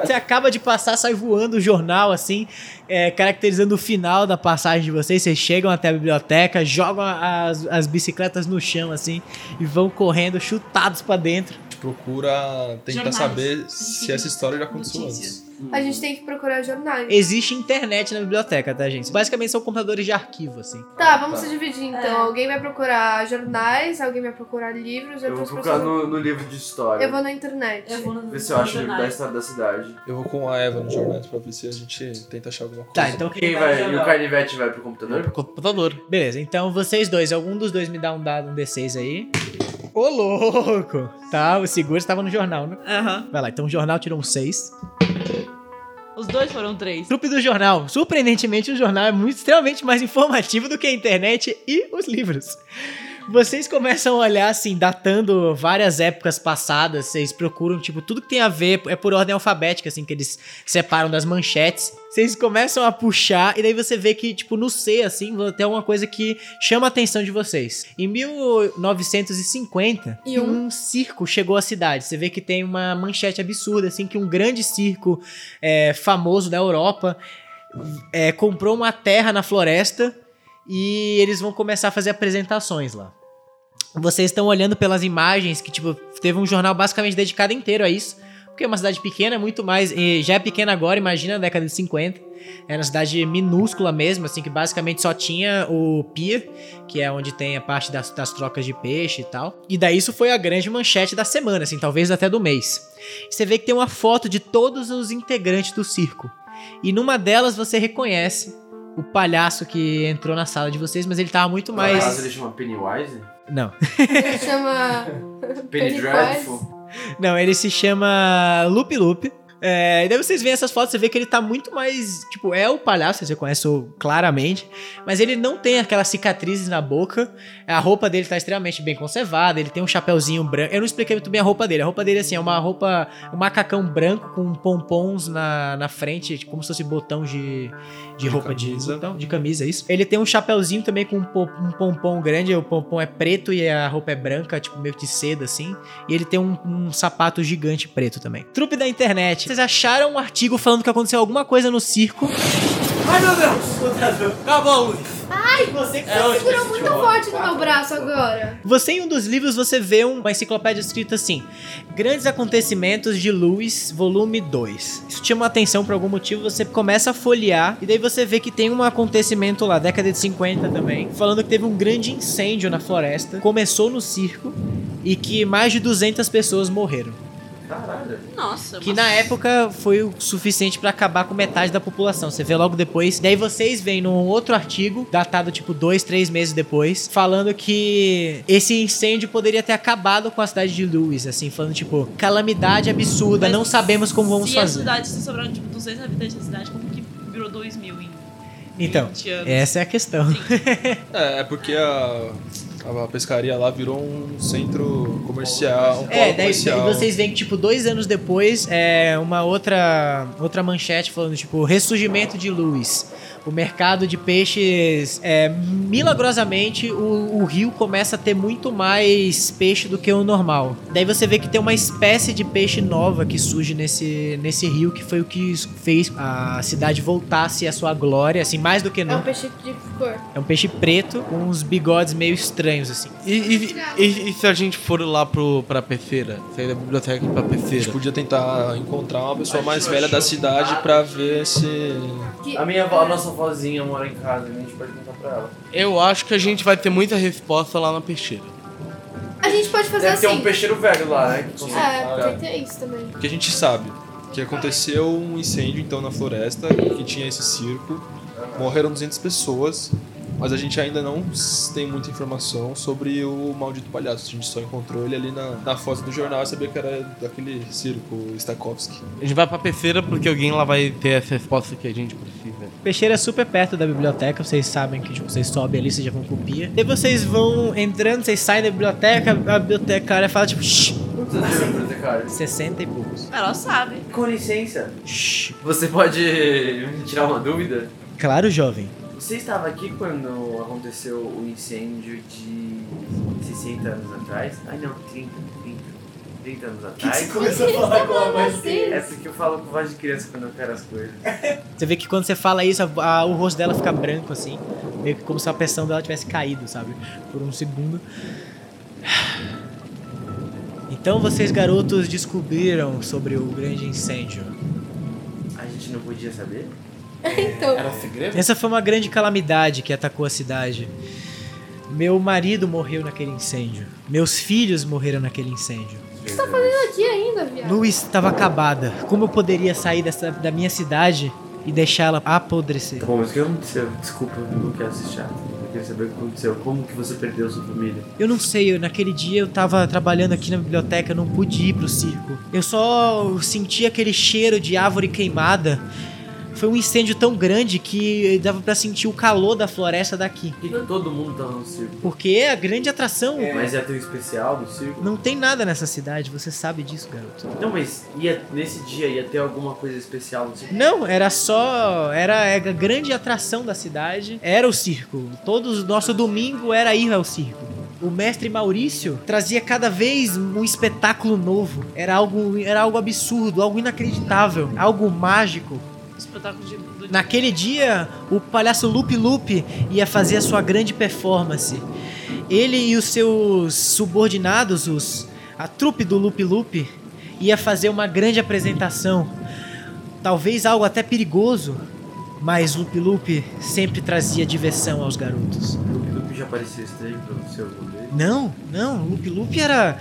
Speaker 2: Você acaba de passar, sai voando o jornal, assim, é, caracterizando o final da passagem de vocês. Vocês chegam até a biblioteca, jogam as, as bicicletas no chão, assim, e vão correndo chutados pra dentro.
Speaker 5: A gente procura tentar
Speaker 7: Jornais.
Speaker 5: saber se essa história já aconteceu
Speaker 7: Notícias.
Speaker 5: antes.
Speaker 3: A gente tem que procurar jornais.
Speaker 2: Existe internet na biblioteca, tá, gente? Basicamente são computadores de arquivo, assim.
Speaker 3: Tá, vamos
Speaker 4: Tá.
Speaker 3: se dividir então.
Speaker 7: É.
Speaker 3: Alguém vai procurar jornais, alguém vai procurar livros,
Speaker 4: Eu vou
Speaker 3: outras
Speaker 4: procurar
Speaker 3: pessoas.
Speaker 4: no, no livro de história.
Speaker 3: Eu vou na internet.
Speaker 7: Eu vou no-
Speaker 4: Ver se eu acho o
Speaker 7: no
Speaker 4: livro da história da cidade.
Speaker 5: Eu vou com a Eva nos jornais pra ver se a gente tenta achar alguma coisa.
Speaker 2: Tá, então
Speaker 4: Quem vai? E o Carnivete vai pro computador?
Speaker 6: Computador.
Speaker 2: Beleza, então vocês dois, algum dos dois me dá um dado, um D6 aí. Ô, louco! Tá, o seguro estava no jornal, né?
Speaker 7: Aham.
Speaker 2: Vai lá, então o jornal tirou um 6.
Speaker 7: Os dois foram três.
Speaker 2: Trupe do jornal. Surpreendentemente, o jornal é muito, extremamente mais informativo do que a internet e os livros. Vocês começam a olhar, assim, datando várias épocas passadas, vocês procuram, tipo, tudo que tem a ver, é por ordem alfabética, assim, que eles separam das manchetes. Vocês começam a puxar, e daí você vê que, tipo, no C, assim, tem uma coisa que chama a atenção de vocês. Em 1950,
Speaker 3: E um.
Speaker 2: um circo chegou à cidade. Você vê que tem uma manchete absurda, assim, que um grande circo é, famoso da Europa é, comprou uma terra na floresta e eles vão começar a fazer apresentações lá. Vocês estão olhando pelas imagens que, tipo, teve um jornal basicamente dedicado inteiro a isso. Porque é uma cidade pequena, é muito mais. e já é pequena agora, imagina na década de 50. Era uma cidade minúscula mesmo, assim, que basicamente só tinha o pier, que é onde tem a parte das, das trocas de peixe e tal. E daí isso foi a grande manchete da semana, assim, talvez até do mês. Você vê que tem uma foto de todos os integrantes do circo. E numa delas você reconhece o palhaço que entrou na sala de vocês, mas ele tava muito mais.
Speaker 4: Caso ele chama Pennywise?
Speaker 2: Não.
Speaker 3: Ele chama.
Speaker 4: Penny
Speaker 3: Penny
Speaker 4: Dreadful?
Speaker 2: Não, ele se chama Loop Loop. É, e daí vocês veem essas fotos, você vê que ele tá muito mais. Tipo, é o palhaço, você conhece claramente. Mas ele não tem aquelas cicatrizes na boca. A roupa dele tá extremamente bem conservada. Ele tem um chapéuzinho branco. Eu não expliquei muito bem a roupa dele. A roupa dele, assim, é uma roupa. Um macacão branco com pompons na, na frente, tipo, como se fosse botão de, de roupa de
Speaker 5: camisa.
Speaker 2: botão, de camisa, é isso. Ele tem um chapéuzinho também com um, po- um pompom grande. O pompom é preto e a roupa é branca, tipo, meio que de seda, assim. E ele tem um, um sapato gigante preto também. Trupe da internet. Vocês acharam um artigo falando que aconteceu alguma coisa no circo?
Speaker 8: Ai meu Deus! Acabou a luz!
Speaker 2: Você,
Speaker 8: É hoje
Speaker 3: Segurou Tá muito forte no meu braço agora.
Speaker 2: em um dos livros você vê uma enciclopédia escrita assim: Grandes acontecimentos de Lewis, volume 2. Isso chama a atenção por algum motivo, você começa a folhear e daí você vê que tem um acontecimento lá, década de 50 também, falando que teve um grande incêndio na floresta, começou no circo e que mais de 200 pessoas morreram.
Speaker 4: Caralho.
Speaker 7: Nossa.
Speaker 2: Que na época foi o suficiente pra acabar com metade da população. Você vê logo depois. Daí vocês veem num outro artigo, datado tipo dois, três meses depois, falando que esse incêndio poderia ter acabado com a cidade de Lewis, assim, falando tipo, calamidade absurda,
Speaker 7: Mas
Speaker 2: não sabemos como vamos
Speaker 7: se é Se a
Speaker 2: fazer.
Speaker 7: cidade se sobraram, tipo, 200 habitantes da cidade, como que virou 2 mil em
Speaker 2: Então,
Speaker 7: 20 anos?
Speaker 2: essa é a questão.
Speaker 5: É, é porque a, a pescaria lá virou um centro comercial, um polo
Speaker 2: É, daí, daí
Speaker 5: comercial.
Speaker 2: vocês veem que, tipo, dois anos depois, é uma outra, outra manchete falando, tipo, ressurgimento de luz. O mercado de peixes, é, milagrosamente, o, o rio começa a ter muito mais peixe do que o normal. Daí você vê que tem uma espécie de peixe nova que surge nesse, nesse rio, que foi o que fez a cidade voltasse à sua glória, assim, mais do que
Speaker 3: É um
Speaker 2: nunca.
Speaker 3: peixe de cor.
Speaker 2: É um peixe preto com uns bigodes meio estranhos, assim.
Speaker 6: E, e- e- e se a gente for lá pro, pra Peceira? Sair da biblioteca pra
Speaker 5: A
Speaker 6: Peceira?
Speaker 5: gente
Speaker 4: Tipo,
Speaker 5: podia tentar encontrar uma pessoa
Speaker 4: A
Speaker 5: mais
Speaker 4: gente
Speaker 5: velha da
Speaker 4: achou
Speaker 5: cidade
Speaker 4: nada.
Speaker 5: pra ver se.
Speaker 3: Que-
Speaker 4: A minha avó, a nossa vozinha mora em casa, a gente pode contar pra ela.
Speaker 6: Eu acho que a gente vai ter muita resposta lá na Peceira.
Speaker 3: A gente pode fazer
Speaker 4: Deve ter
Speaker 3: assim.
Speaker 4: um peixeiro velho lá, né? Que consegue
Speaker 3: É,
Speaker 4: pagar.
Speaker 3: tem, tem isso também.
Speaker 5: O que a gente sabe? Que aconteceu um incêndio então na floresta, que tinha esse circo. Morreram 200 pessoas. Mas a gente ainda não s- tem muita informação sobre o maldito palhaço. A gente só encontrou ele ali na, na foto do jornal e sabia que era daquele circo Stakowski.
Speaker 6: A gente vai pra peceira porque alguém lá vai ter essa resposta que a gente precisa.
Speaker 2: Peixeira é super perto da biblioteca, vocês sabem que tipo, vocês sobem ali, vocês já vão pro pia. E vocês vão entrando, vocês saem da biblioteca, a bibliotecária fala tipo, "Shh,
Speaker 4: Quantos anos tem o bibliotecário?
Speaker 2: 60 e poucos.
Speaker 7: Ela sabe.
Speaker 4: Com licença,
Speaker 2: Shh.
Speaker 4: você pode me tirar uma dúvida?
Speaker 2: Claro, jovem.
Speaker 4: Você estava aqui quando aconteceu o incêndio de 60 anos atrás? Ai não, 30, 30. 30 anos atrás?
Speaker 8: Começou a falar com a voz dele.
Speaker 4: É porque eu falo com voz de criança quando eu quero as coisas.
Speaker 2: Você vê que quando você fala isso, a- a- o rosto dela fica branco assim. Meio que como se a pressão dela tivesse caído, sabe? Por um segundo. Então vocês, garotos, descobriram sobre o grande incêndio.
Speaker 4: A gente não podia saber?
Speaker 3: Então,
Speaker 8: Era segredo?
Speaker 2: Essa foi uma grande calamidade que atacou a cidade. Meu marido morreu naquele incêndio. Meus filhos morreram naquele incêndio.
Speaker 4: O que você tá fazendo?
Speaker 3: aqui ainda, viado.
Speaker 2: Luiz estava acabada. Como eu poderia sair dessa, da minha cidade e deixá-la apodrecer?
Speaker 4: Tá bom, mas o que aconteceu? Desculpa, eu não quero ser chato. Eu quero saber o que aconteceu. Como que você perdeu sua família?
Speaker 2: Eu não sei, eu, naquele dia eu tava trabalhando aqui na biblioteca, eu não pude ir pro circo. Eu só senti aquele cheiro de árvore queimada. Foi um incêndio tão grande que dava pra sentir o calor da floresta daqui.
Speaker 4: Por que, que todo mundo tava no circo?
Speaker 2: Porque é a grande atração.
Speaker 4: Mas ia ter um especial do circo?
Speaker 2: Não tem nada nessa cidade, você sabe disso, garoto.
Speaker 4: Não, mas ia, nesse dia ia ter alguma coisa especial no circo?
Speaker 2: Não, era só. Era a grande atração da cidade. Era o circo. Todos nosso domingo era ir ao circo. O mestre Maurício trazia cada vez um espetáculo novo. Era algo, era algo absurdo, algo inacreditável, algo mágico.
Speaker 7: Espetáculo de, do dia.
Speaker 2: Naquele dia, o palhaço Lupe Lupe ia fazer a sua grande performance. Ele e os seus subordinados, os, a trupe do Lupe Lupe, ia fazer uma grande apresentação. Talvez algo até perigoso, mas Lupe Lupe sempre trazia diversão aos garotos.
Speaker 4: O grupo já parecia estranho pra você alguma vez?
Speaker 2: Não, não, Lupe Lupe era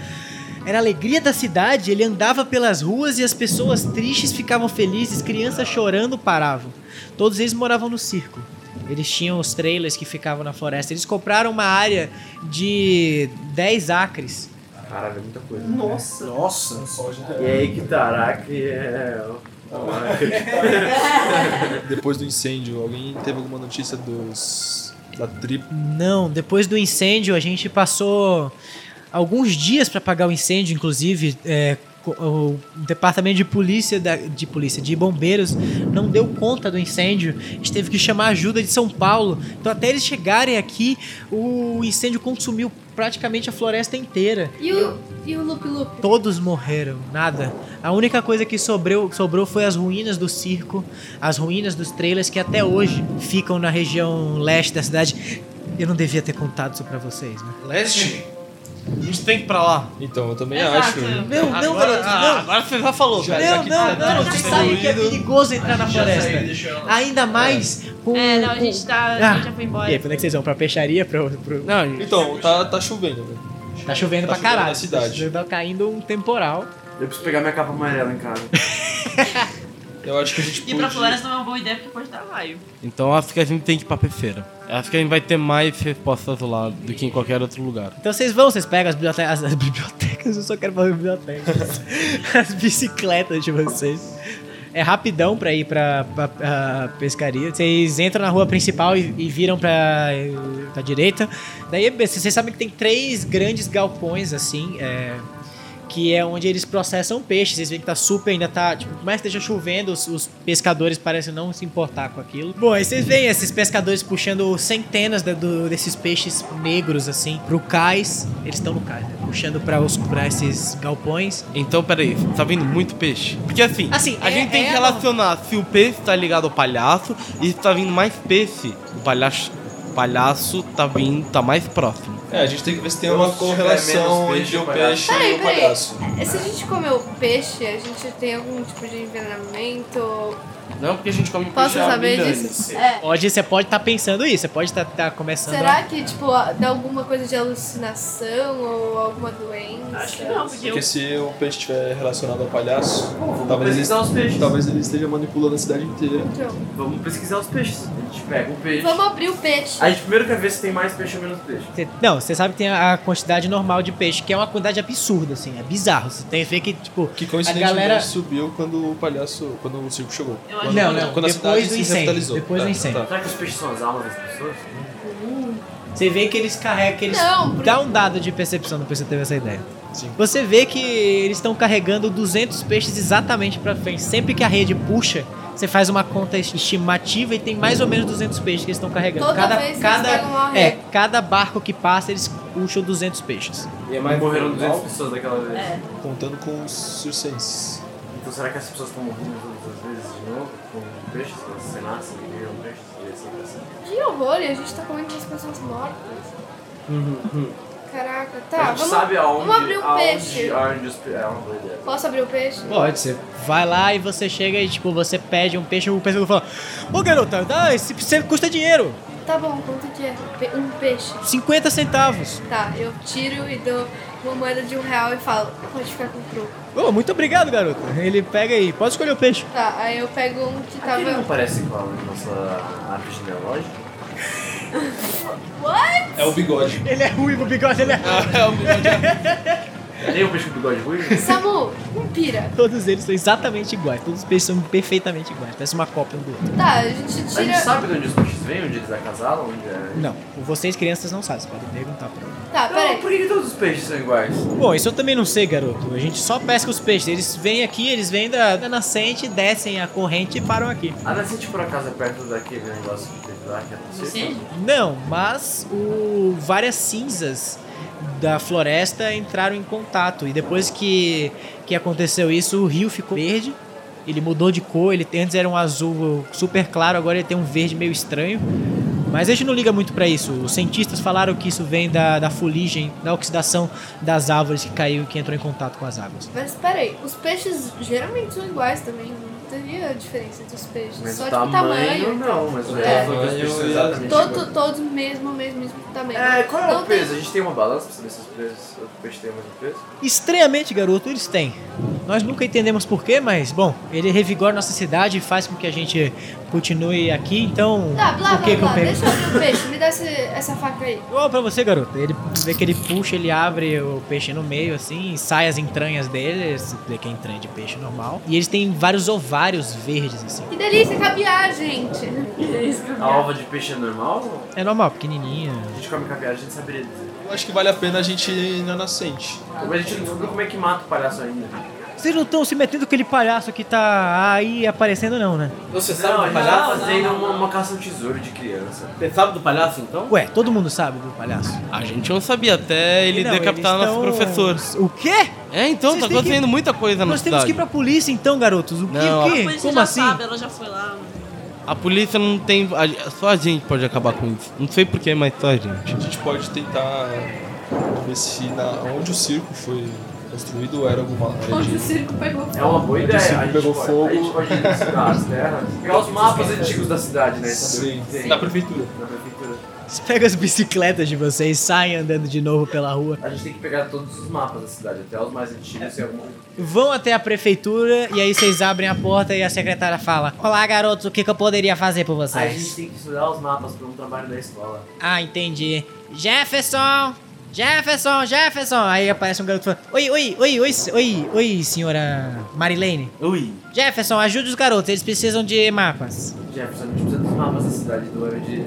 Speaker 2: era a alegria da cidade, ele andava pelas ruas e as pessoas tristes ficavam felizes, crianças chorando paravam. Todos eles moravam no circo. Eles tinham os trailers que ficavam na floresta. Eles compraram uma área de 10 acres.
Speaker 4: Caralho, é muita coisa.
Speaker 8: Nossa. Nossa. Só já
Speaker 4: E aí que Taraki é.
Speaker 8: Tá
Speaker 5: Depois do incêndio, alguém teve alguma notícia dos da tribo?
Speaker 2: Não, depois do incêndio a gente passou alguns dias para pagar o incêndio, inclusive é, co- o departamento de polícia da- de polícia de bombeiros não deu conta do incêndio, a gente teve que chamar a ajuda de São Paulo. Então até eles chegarem aqui, o incêndio consumiu praticamente a floresta inteira.
Speaker 3: E o, e o Loop Loop?
Speaker 2: Todos morreram, nada. A única coisa que sobrou, sobrou foi as ruínas do circo, as ruínas dos trailers que até hoje ficam na região leste da cidade. Eu não devia ter contado isso pra vocês, né?
Speaker 6: Leste? A gente tem que ir pra lá.
Speaker 5: Então, eu também
Speaker 7: Exato.
Speaker 5: acho.
Speaker 2: Não, não, garoto,
Speaker 6: ah,
Speaker 2: não.
Speaker 6: Agora você já falou.
Speaker 5: Já-
Speaker 2: Não,
Speaker 5: já que
Speaker 2: não,
Speaker 5: tá
Speaker 2: não,
Speaker 5: tudo
Speaker 2: você sabe que é
Speaker 5: destruído.
Speaker 2: perigoso entrar na floresta. Ainda mais com.
Speaker 7: É, não, a gente tá. A gente já foi
Speaker 2: com-
Speaker 7: embora.
Speaker 2: E aí, quando é que vocês vão? Pra peixaria? Pro, pro...
Speaker 6: Não,
Speaker 5: Então, tá, tá chovendo, velho.
Speaker 2: Tá chovendo
Speaker 5: Tá
Speaker 2: pra
Speaker 5: chovendo
Speaker 2: caralho.
Speaker 5: na cidade.
Speaker 2: Tá caindo um temporal.
Speaker 4: Eu preciso pegar minha capa amarela em casa.
Speaker 8: Tá
Speaker 5: Eu acho que a gente
Speaker 7: E pra
Speaker 5: pode-
Speaker 7: floresta não é uma boa ideia porque pode dar raio.
Speaker 6: então acho que a gente tem que ir pra peceira. Acho que a gente vai ter mais respostas lá do que em qualquer outro lugar.
Speaker 2: Então vocês vão, vocês pegam as bibliotecas. As bibliotecas, eu só quero falar bibliotecas. as bicicletas de vocês. É rapidão pra ir pra, pra- pra pescaria. Vocês entram na rua principal e, e viram pra, pra direita. Daí vocês sabem que tem três grandes galpões assim. é, que é onde eles processam peixe. Vocês veem que tá super, ainda tá. Tipo, por mais que esteja chovendo, os, os pescadores parecem não se importar com aquilo. Bom, aí vocês veem esses pescadores puxando centenas da- do- desses peixes negros, assim, pro cais. Eles estão no cais, né? Puxando pra, os, pra esses galpões.
Speaker 6: Então, peraí, tá vindo muito peixe? Porque assim,
Speaker 2: Assim,
Speaker 6: a
Speaker 2: é-
Speaker 6: gente tem
Speaker 2: é
Speaker 6: que
Speaker 2: a
Speaker 6: relacionar se o peixe tá ligado ao palhaço e se tá vindo mais peixe. O palhaço, palhaço tá vindo, tá mais próximo.
Speaker 5: É, a gente tem que ver se tem
Speaker 4: Eu
Speaker 5: uma
Speaker 4: acho que tiver
Speaker 5: correlação
Speaker 4: menos
Speaker 5: entre o
Speaker 4: peixe,
Speaker 5: peixe e o
Speaker 3: palhaço. Peraí, peraí.
Speaker 5: palhaço.
Speaker 3: Se a gente comer o peixe, a gente tem algum tipo de envenenamento?
Speaker 6: Não, porque a gente come
Speaker 3: Posso
Speaker 6: peixe há
Speaker 3: saber
Speaker 6: milhões.
Speaker 3: disso? É.
Speaker 2: Hoje você pode estar pensando isso, você pode estar começando a...
Speaker 3: Será que, tipo, dá alguma coisa de alucinação ou alguma doença?
Speaker 7: Acho
Speaker 2: É,
Speaker 7: que não, porque eu.
Speaker 5: Porque se o peixe estiver relacionado ao palhaço,
Speaker 4: Vamos
Speaker 5: talvez ele,
Speaker 4: pesquisar os peixes.
Speaker 8: tá
Speaker 5: talvez ele esteja manipulando a cidade inteira.
Speaker 3: Então,
Speaker 4: Vamos pesquisar os peixes. A gente pega um peixe.
Speaker 3: vamos abrir o peixe.
Speaker 4: A gente primeiro quer ver se tem mais peixe ou menos peixe.
Speaker 2: Você- Não, você sabe que tem a quantidade normal de peixe, que é uma quantidade absurda, assim, é bizarro. Você tem ver que, tipo,
Speaker 5: Que coincidentemente
Speaker 2: galera-
Speaker 5: subiu quando o palhaço. quando o circo chegou. Quando-
Speaker 7: Eu acho que
Speaker 2: Não, não.
Speaker 5: Quando a
Speaker 2: Depois
Speaker 5: cidade
Speaker 2: do
Speaker 5: se
Speaker 2: incêndio,
Speaker 5: revitalizou.
Speaker 2: depois do incêndio.
Speaker 5: tá.
Speaker 4: Será que os peixes são as almas das pessoas?
Speaker 2: você vê que eles carregam, que eles
Speaker 3: Não, porque-
Speaker 2: Dá um dado de percepção depois que você teve essa ideia.
Speaker 5: Sim.
Speaker 2: Você vê que eles estão carregando 200 peixes exatamente pra frente. Sempre que a rede puxa, você faz uma conta estimativa e tem mais ou menos 200 peixes que eles estão carregando.
Speaker 3: Toda
Speaker 2: cada,
Speaker 3: vez que
Speaker 2: cada,
Speaker 3: eles pegam uma
Speaker 2: é,
Speaker 3: rede.
Speaker 2: cada barco que passa, eles puxam 200 peixes.
Speaker 8: E é mais
Speaker 4: Morreram
Speaker 8: normal.
Speaker 4: 200 pessoas daquela vez.
Speaker 3: É.
Speaker 5: Contando com os circenses.
Speaker 4: Então será que as pessoas estão morrendo todas as vezes de novo? Com peixes? Elas se nascem e viram peixes? E assim, assim.
Speaker 3: Que horror, e a gente tá comendo umas pessoas mortas. Caraca, tá,
Speaker 4: a gente
Speaker 3: vamos.
Speaker 4: sabe aonde,
Speaker 3: vamos abrir o
Speaker 4: aonde,
Speaker 3: peixe.
Speaker 4: aonde os peixes... É uma boa ideia.
Speaker 3: Posso abrir o peixe?
Speaker 2: Pode ser. Vai lá e você chega e, tipo, você pede um peixe e o pessoal fala: Ô garota, dá, esse peixe custa dinheiro.
Speaker 3: Tá bom, quanto que é? Pe- Um peixe.
Speaker 2: 50 centavos.
Speaker 3: Tá, eu tiro e dou uma moeda de um real e falo, pode ficar com o troco.
Speaker 2: Ô, muito obrigado, garota. Ele pega aí, pode escolher o peixe.
Speaker 3: Tá, aí eu pego um que tava.
Speaker 4: Aquele não parece com a nossa árvore genealógica?
Speaker 5: É o bigode.
Speaker 2: Ele é ruim, o bigode ele é
Speaker 5: é o bigode.
Speaker 4: Tem um peixe com bigode ruim?
Speaker 3: Samu, um pira.
Speaker 2: Todos eles são exatamente iguais, todos os peixes são perfeitamente iguais, parece uma cópia um do outro.
Speaker 3: Tá, a gente
Speaker 4: A gente
Speaker 3: tira.
Speaker 4: sabe de onde os peixes vêm, onde eles acasalam, onde é...
Speaker 2: Não, vocês crianças não sabem, vocês podem perguntar pra mim.
Speaker 3: Tá,
Speaker 4: Não,
Speaker 3: peraí.
Speaker 4: por que que todos os peixes são iguais?
Speaker 2: Bom, isso eu também não sei, garoto. A gente só pesca os peixes. Eles vêm aqui, eles vêm da, da nascente, descem a corrente e param aqui.
Speaker 4: A nascente por acaso é perto daquele negócio que teve lá, que é
Speaker 7: Sim.
Speaker 2: Não, mas o várias cinzas da floresta entraram em contato e depois que que aconteceu isso, o rio ficou verde. Ele mudou de cor, ele antes era um azul super claro, agora ele tem um verde meio estranho. Mas a gente não liga muito pra isso. Os cientistas falaram que isso vem da, da fuligem, da oxidação das árvores que caiu e que entrou em contato com as águas.
Speaker 3: Mas peraí, os peixes geralmente são iguais também. Não teria diferença entre os peixes.
Speaker 4: Mas
Speaker 3: Só
Speaker 4: o
Speaker 3: de
Speaker 4: tamanho,
Speaker 3: tamanho.
Speaker 4: não, mas o
Speaker 3: É.
Speaker 4: resto dos peixes são exatamente iguais.
Speaker 3: Todo, todos mesmo, mesmo, mesmo tamanho.
Speaker 4: É, qual é
Speaker 3: Não
Speaker 4: o
Speaker 3: tem-
Speaker 4: peso? A gente tem uma balança pra saber se os peixes, o peixe tem o mesmo peso?
Speaker 2: Estranhamente, garoto, eles têm. Nós nunca entendemos porquê, mas, bom, ele revigora nossa cidade e faz com que a gente continue aqui, então.
Speaker 3: Tá, blá,
Speaker 2: por que
Speaker 3: blá,
Speaker 2: que eu pego?
Speaker 3: blá. Deixa eu abrir o peixe. Me dá esse- essa faca aí.
Speaker 2: Ó, pra você, garoto. Ele vê que ele puxa, ele abre o peixe no meio, assim, e sai as entranhas dele, se vê que é entranha de peixe normal. E eles têm vários ovários verdes, assim.
Speaker 3: Que delícia, caviar, gente.
Speaker 4: A alva de peixe é normal?
Speaker 2: É normal, pequenininha.
Speaker 4: A gente come caviar, a gente saberia dizer.
Speaker 5: Eu acho que vale a pena a gente ir na nascente.
Speaker 4: Mas a gente não descobriu como é que mata o palhaço ainda.
Speaker 2: Vocês não estão se metendo com aquele palhaço que tá aí aparecendo, não, né?
Speaker 8: Você sabe
Speaker 4: Não, a
Speaker 8: do
Speaker 4: gente tá
Speaker 8: palhaço?
Speaker 4: fazendo uma, uma caça ao tesouro de criança.
Speaker 8: Você sabe do palhaço então?
Speaker 2: Ué, todo mundo sabe do palhaço.
Speaker 6: A gente não sabia até ele
Speaker 2: Não,
Speaker 6: decapitar
Speaker 2: eles
Speaker 6: nosso
Speaker 2: tão-
Speaker 6: professor.
Speaker 2: O quê?
Speaker 6: É, então,
Speaker 2: Vocês têm
Speaker 6: tá
Speaker 2: que-
Speaker 6: acontecendo muita coisa na
Speaker 2: Nós temos
Speaker 6: cidade.
Speaker 2: que ir pra polícia, então, garotos. O que?
Speaker 6: Não,
Speaker 2: o
Speaker 7: A
Speaker 2: quê?
Speaker 7: polícia
Speaker 2: Como
Speaker 7: já
Speaker 2: assim?
Speaker 7: sabe, ela já foi lá.
Speaker 6: A polícia não tem... a- Só a gente pode acabar com isso. Não sei porquê, mas só a gente.
Speaker 5: A gente pode tentar ver se na, onde o circo foi construído era alguma área
Speaker 3: Onde
Speaker 5: de
Speaker 3: o circo pegou
Speaker 4: É uma boa ideia.
Speaker 5: circo
Speaker 4: a gente
Speaker 5: pegou
Speaker 4: pode,
Speaker 5: fogo.
Speaker 4: A gente pode ir estudar as terras. Pegar os mapas antigos da cidade, né? Saber o que tem.
Speaker 5: Sim. Da prefeitura.
Speaker 4: Na prefeitura.
Speaker 2: Vocês pegam as bicicletas de vocês, saem andando de novo pela rua.
Speaker 4: A gente tem que pegar todos os mapas da cidade, até os mais antigos e alguma
Speaker 2: Vão até a prefeitura e aí vocês abrem a porta e a secretária fala: Olá, garotos, o que, que eu poderia fazer por
Speaker 4: Aí a gente
Speaker 2: vocês?
Speaker 4: tem que estudar os mapas para um trabalho da escola.
Speaker 2: Ah, entendi. Jefferson! Jefferson, Jefferson! Aí aparece um garoto falando: Oi, oi, oi, oi, se- oi, oi, senhora Marilene.
Speaker 6: Ui.
Speaker 2: Jefferson, ajude os garotos, eles precisam de mapas.
Speaker 4: Jefferson, a gente precisa dos mapas da cidade do ano de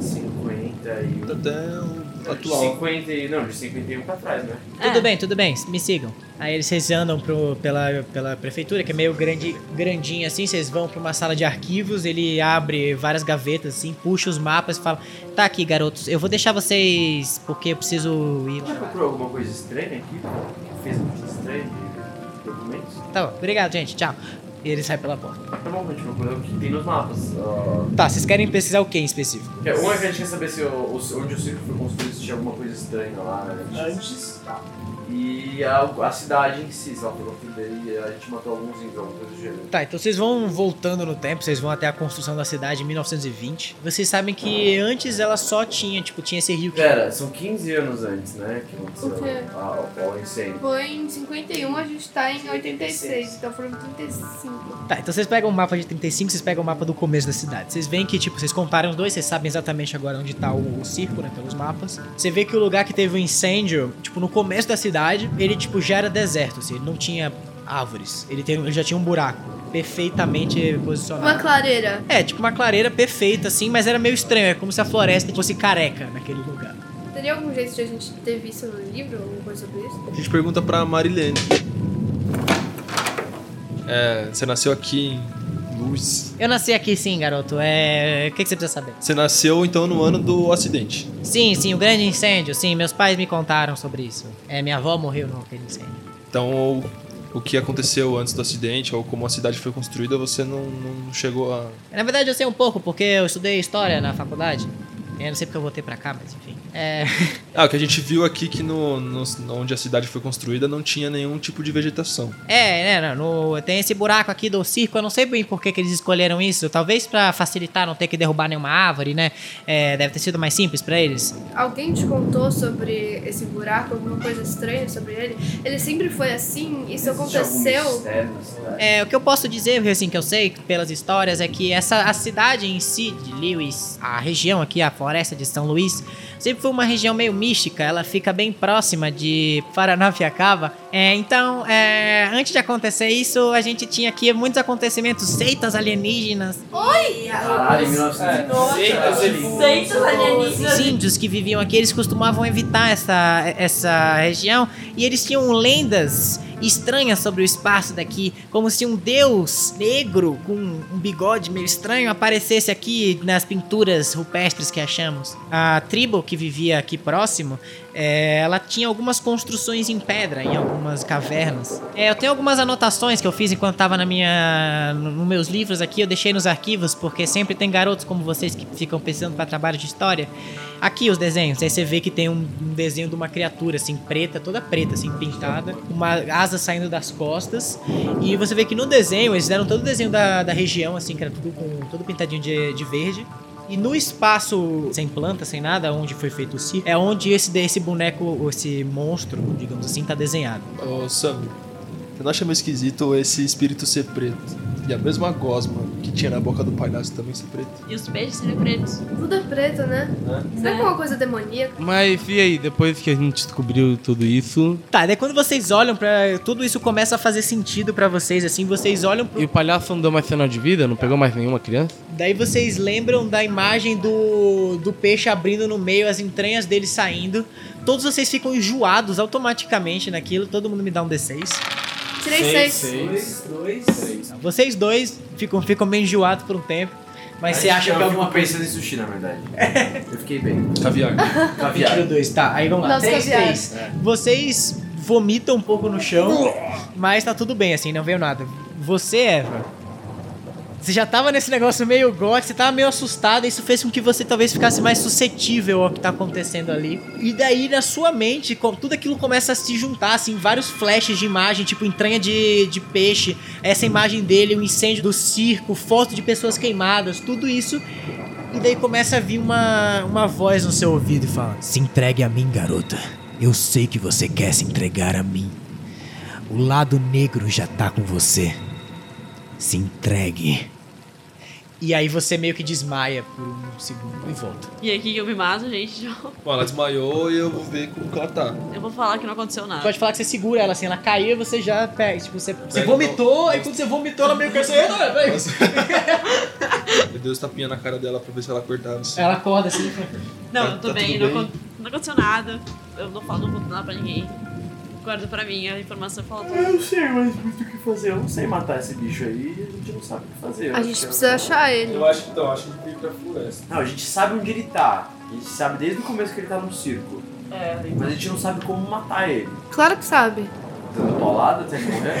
Speaker 4: 51.
Speaker 5: até o
Speaker 4: De
Speaker 5: atual.
Speaker 4: 50 e. Não, de 51 pra trás, né?
Speaker 2: Tudo bem, tudo bem, me sigam. Aí eles vocês andam pro- pela, pela prefeitura, que é meio grande, grandinha assim, vocês vão pra uma sala de arquivos, ele abre várias gavetas assim, puxa os mapas e fala: Tá aqui, garotos, eu vou deixar vocês porque eu preciso ir
Speaker 4: Já
Speaker 2: lá.
Speaker 4: procurou alguma coisa um estranha aqui? Fez alguma coisa estranha de documentos? Tá
Speaker 2: Tá bom, obrigado, gente, tchau. E ele sai pela porta.
Speaker 4: Normalmente procura o que tem nos mapas. ó.
Speaker 2: Tá, vocês querem pesquisar o que em específico?
Speaker 4: Porque um é que a gente quer saber se o, o- onde o circo foi construído, se tinha alguma coisa estranha lá antes. Tá. E a, a cidade em si, se ela foi construída e a gente matou alguns índios, alguma coisa do gênero.
Speaker 2: Tá, então vocês vão voltando no tempo, vocês vão até a construção da cidade em 1920. Vocês sabem que antes ela só tinha, tipo, tinha esse rio que.
Speaker 4: Pera, são 15 anos antes, né? Que aconteceu
Speaker 3: O quê?
Speaker 4: a- o- o incêndio.
Speaker 3: Foi em 51, a gente tá em 86, então foram 35.
Speaker 2: Tá, então vocês pegam o mapa de 35, vocês pegam o mapa do começo da cidade. Vocês veem que, tipo, vocês comparam os dois, vocês sabem exatamente agora onde tá o, o circo, né, pelos mapas. Você vê que o lugar que teve o incêndio, tipo, no começo da cidade, ele, tipo, já era deserto, assim, ele não tinha árvores. Ele, tem, ele já tinha um buraco perfeitamente
Speaker 3: Uma
Speaker 2: posicionado.
Speaker 3: clareira.
Speaker 2: É, tipo, uma clareira perfeita, assim, mas era meio estranho, é como se a floresta fosse careca naquele lugar.
Speaker 3: Teria algum jeito de a gente ter visto no livro alguma coisa sobre isso?
Speaker 5: A gente pergunta pra Marilene. É, você nasceu aqui em Luz.
Speaker 2: Eu nasci aqui sim, garoto. É. O que, que você precisa saber?
Speaker 5: Você nasceu então no ano do acidente.
Speaker 2: Sim, sim, o grande incêndio, sim. Meus pais me contaram sobre isso. É, minha avó morreu naquele incêndio.
Speaker 5: Então, o, o que aconteceu antes do acidente ou como a cidade foi construída, você não, não chegou a.
Speaker 2: Na verdade, eu sei um pouco, porque eu estudei história na faculdade. Eu não sei porque eu voltei pra cá, mas enfim. É.
Speaker 5: Ah, o que a gente viu aqui que no, no- onde a cidade foi construída não tinha nenhum tipo de vegetação.
Speaker 2: É, né? No, no- tem esse buraco aqui do circo, eu não sei bem por que, que eles escolheram isso. Talvez pra facilitar não ter que derrubar nenhuma árvore, né? É, deve ter sido mais simples pra eles.
Speaker 3: Alguém te contou sobre esse buraco, alguma coisa estranha sobre ele? Ele sempre foi assim? Isso
Speaker 4: Existe algum
Speaker 3: aconteceu?
Speaker 4: mistério na cidade?
Speaker 2: É, o que eu posso dizer, assim, que eu sei pelas histórias é que essa a cidade em si de Lewis, a região aqui, a floresta de São Luís, sempre foi uma região meio mística. Ela fica bem próxima de Paranapiacaba. É, então, é, antes de acontecer isso, a gente tinha aqui muitos acontecimentos, seitas alienígenas,
Speaker 3: É,
Speaker 4: Caralho, em 1906.
Speaker 7: Seitas alienígenas.
Speaker 2: os índios que viviam aqui, eles costumavam evitar essa, essa região e eles tinham lendas estranhas sobre o espaço daqui, como se um deus negro com um bigode meio estranho aparecesse aqui nas pinturas rupestres que achamos. A tribo que vivia aqui próximo, é, ela tinha algumas construções em pedra em algumas cavernas. É, eu tenho algumas anotações que eu fiz enquanto estava na minha, no- nos meus livros aqui, eu deixei nos arquivos porque sempre tem garotos como vocês que ficam pensando para trabalho de história. Aqui os desenhos, aí você vê que tem um, um desenho de uma criatura assim preta, toda preta assim pintada, uma asa saindo das costas e você vê que no desenho eles deram todo o desenho da, da região assim que era tudo com todo pintadinho de, de verde. E no espaço sem planta, sem nada, onde foi feito o circo, é onde esse, esse boneco, esse monstro, digamos assim, tá desenhado.
Speaker 5: Ô, Sam, você não acha meio esquisito esse espírito ser preto? E a mesma gosma que tinha na boca do palhaço também ser preto?
Speaker 7: E os peixes seriam pretos.
Speaker 3: Tudo é preto, né? Será que é uma coisa demoníaca?
Speaker 6: Mas e aí, depois que a gente descobriu tudo isso,
Speaker 2: Tá, daí quando vocês olham pra. Tudo isso começa a fazer sentido pra vocês, assim, vocês olham pro.
Speaker 6: e o palhaço não deu mais sinal de vida? Não pegou mais nenhuma criança?
Speaker 2: Daí vocês lembram da imagem do, do peixe abrindo no meio, as entranhas dele saindo. Todos vocês ficam enjoados automaticamente naquilo. Todo mundo me dá um D6.
Speaker 3: Tirei seis.
Speaker 2: Vocês dois ficam, ficam meio enjoados por um tempo. Mas você acha que é alguma
Speaker 4: uma pensando em sushi, na verdade. Eu fiquei bem.
Speaker 5: Caviar.
Speaker 4: Caviar.
Speaker 2: Tiro dois, tá. Aí vamos lá.
Speaker 3: Nossa,
Speaker 2: três,
Speaker 3: caviar.
Speaker 2: três. Vocês vomitam um pouco no chão, mas tá tudo bem, assim, não veio nada. Você, Eva, você já tava nesse negócio meio gótico, você tava meio assustada, isso fez com que você talvez ficasse mais suscetível ao que tá acontecendo ali. E daí, na sua mente, com- tudo aquilo começa a se juntar, assim, vários flashes de imagem, tipo entranha de, de peixe, essa imagem dele, o incêndio do circo, foto de pessoas queimadas, tudo isso e daí começa a vir uma, uma voz no seu ouvido e fala: Se entregue a mim, garota. Eu sei que você quer se entregar a mim. O lado negro já tá com você. Se entregue. E aí você meio que desmaia por um segundo e volta.
Speaker 7: E aqui eu me mato, gente. Eu
Speaker 5: Bom, ela desmaiou e eu vou ver como que ela tá.
Speaker 7: vou falar que não aconteceu nada.
Speaker 2: Pode falar que você segura ela assim, ela caiu e você já pega. Tipo, você, você
Speaker 5: Pega
Speaker 2: vomitou, aí quando você vomitou, ela meio que assim. "Eita, peraí."
Speaker 5: Eu dei uns tapinha na cara dela pra ver se ela acordava. assim.
Speaker 2: Ela acorda assim e fala,
Speaker 7: Não,
Speaker 5: Tá-
Speaker 7: eu tô
Speaker 5: tá
Speaker 7: bem,
Speaker 5: tudo
Speaker 7: não, acon- não aconteceu nada. Eu não falo, não conto nada pra ninguém. Guardo pra mim a informação e falo tudo.
Speaker 4: Eu não sei mais muito o que fazer. Eu não sei matar esse bicho aí e a gente não sabe o que fazer. Eu
Speaker 3: A
Speaker 4: acho
Speaker 3: gente
Speaker 4: que-
Speaker 3: precisa achar ele.
Speaker 8: Eu acho que então, acho que tem que ir pra floresta.
Speaker 4: Não, a gente sabe onde ele tá. A gente sabe desde o começo que ele tá no circo.
Speaker 7: É,
Speaker 4: Mas a gente não sabe como matar ele. Tá
Speaker 3: Claro que sabe.
Speaker 4: Dando paulada até morrer?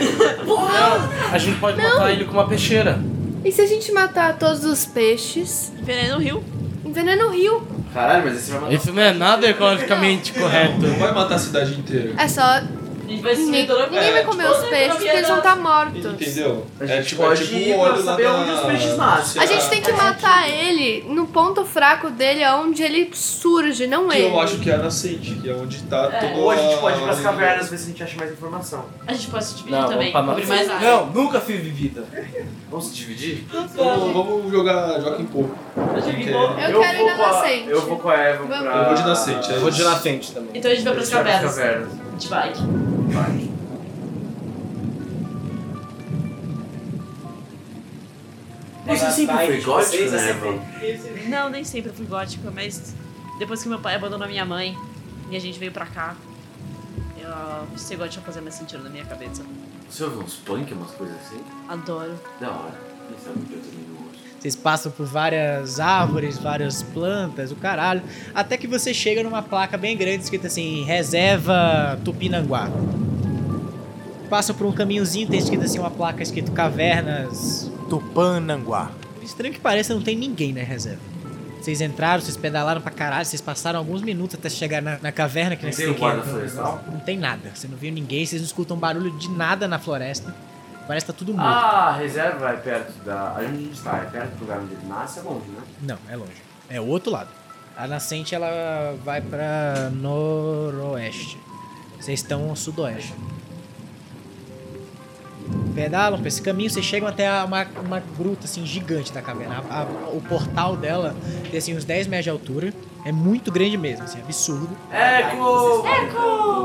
Speaker 6: A gente pode matar ele com uma peixeira.
Speaker 3: E se a gente matar todos os peixes?
Speaker 7: Veneno Rio.
Speaker 3: Envenena o rio.
Speaker 4: Caralho, mas esse vai matar.
Speaker 6: Isso não é nada ecologicamente correto.
Speaker 5: Então, Não vai matar a cidade inteira.
Speaker 3: É só.
Speaker 7: A gente vai
Speaker 3: Ninguém,
Speaker 5: é
Speaker 3: ninguém vai comer
Speaker 7: Tipo,
Speaker 3: os peixes porque eles tá- vão estar mortos.
Speaker 5: Entendeu?
Speaker 4: A
Speaker 5: é
Speaker 4: gente
Speaker 5: tipo,
Speaker 4: pode
Speaker 5: é tipo
Speaker 4: ir
Speaker 5: um
Speaker 4: pra
Speaker 5: olho
Speaker 4: saber
Speaker 5: lá
Speaker 4: onde
Speaker 5: na-
Speaker 4: os peixes nascem.
Speaker 5: sei
Speaker 3: A
Speaker 5: lá.
Speaker 3: gente tem que matar ele no ponto fraco dele, aonde ele surge, não
Speaker 5: Que
Speaker 3: ele.
Speaker 5: eu acho que é a nascente, que é onde tá todo
Speaker 4: Ou a gente pode ir pras cavernas ver se a gente acha mais informação.
Speaker 7: A gente pode se dividir
Speaker 8: Não,
Speaker 7: também.
Speaker 8: vamos pra
Speaker 7: Cobrir mais área.
Speaker 8: Não, nunca fui vivida.
Speaker 4: Vamos se dividir?
Speaker 5: Vamos, vamos jogar Joaquim Pouco.
Speaker 3: Eu quero
Speaker 4: vou
Speaker 3: ir na
Speaker 4: com a-
Speaker 3: nascente.
Speaker 4: Eu vou com a Eva
Speaker 3: Vamos.
Speaker 4: pra...
Speaker 5: Eu vou de nascente. é aí
Speaker 8: Eu vou de nascente também.
Speaker 7: Então a gente vai pras cavernas.
Speaker 4: cavernas.
Speaker 7: A gente vai.
Speaker 4: Vai. Você
Speaker 3: assim,
Speaker 4: sempre foi gótico, né, Eva?
Speaker 7: Não, nem sempre eu fui gótica, mas depois que meu pai abandonou minha mãe e a gente veio pra cá, eu, ser gótica fazia mais sentido na minha cabeça.
Speaker 4: Você ouve uns punk, umas coisas assim?
Speaker 7: Adoro.
Speaker 4: Da hora. é um Quem sabe que eu também não ouço.
Speaker 2: Vocês passam por várias árvores, várias plantas, o caralho. Até que você chega numa placa bem grande escrita assim: Reserva Tupinanguá. Passa por um caminhozinho, tem escrito assim uma placa escrito Cavernas Tupananguá. Por estranho que pareça, não tem ninguém na reserva. Vocês entraram, vocês pedalaram pra caralho, vocês passaram alguns minutos até chegar na, na caverna que
Speaker 4: Não
Speaker 2: vocês
Speaker 4: tem um
Speaker 2: têm
Speaker 4: o
Speaker 2: que
Speaker 4: guarda
Speaker 2: entrar.
Speaker 4: florestal?
Speaker 2: Não tem nada, você não viu ninguém, vocês não escutam barulho de nada na floresta. Parece que tá tudo morto.
Speaker 4: Ah, a reserva é perto da... Onde a gente tá? É perto do lugar onde ele nasce? É longe, né?
Speaker 2: Não, é longe. É o outro lado. A nascente ela vai pra noroeste. Vocês estão ao sudoeste. Pedalam pra esse caminho, vocês chegam até a- uma, uma gruta assim gigante da caverna. A- a- o portal dela tem assim uns 10 metros de altura. É muito grande mesmo, assim, absurdo.
Speaker 4: É, Ah, tá, Eco!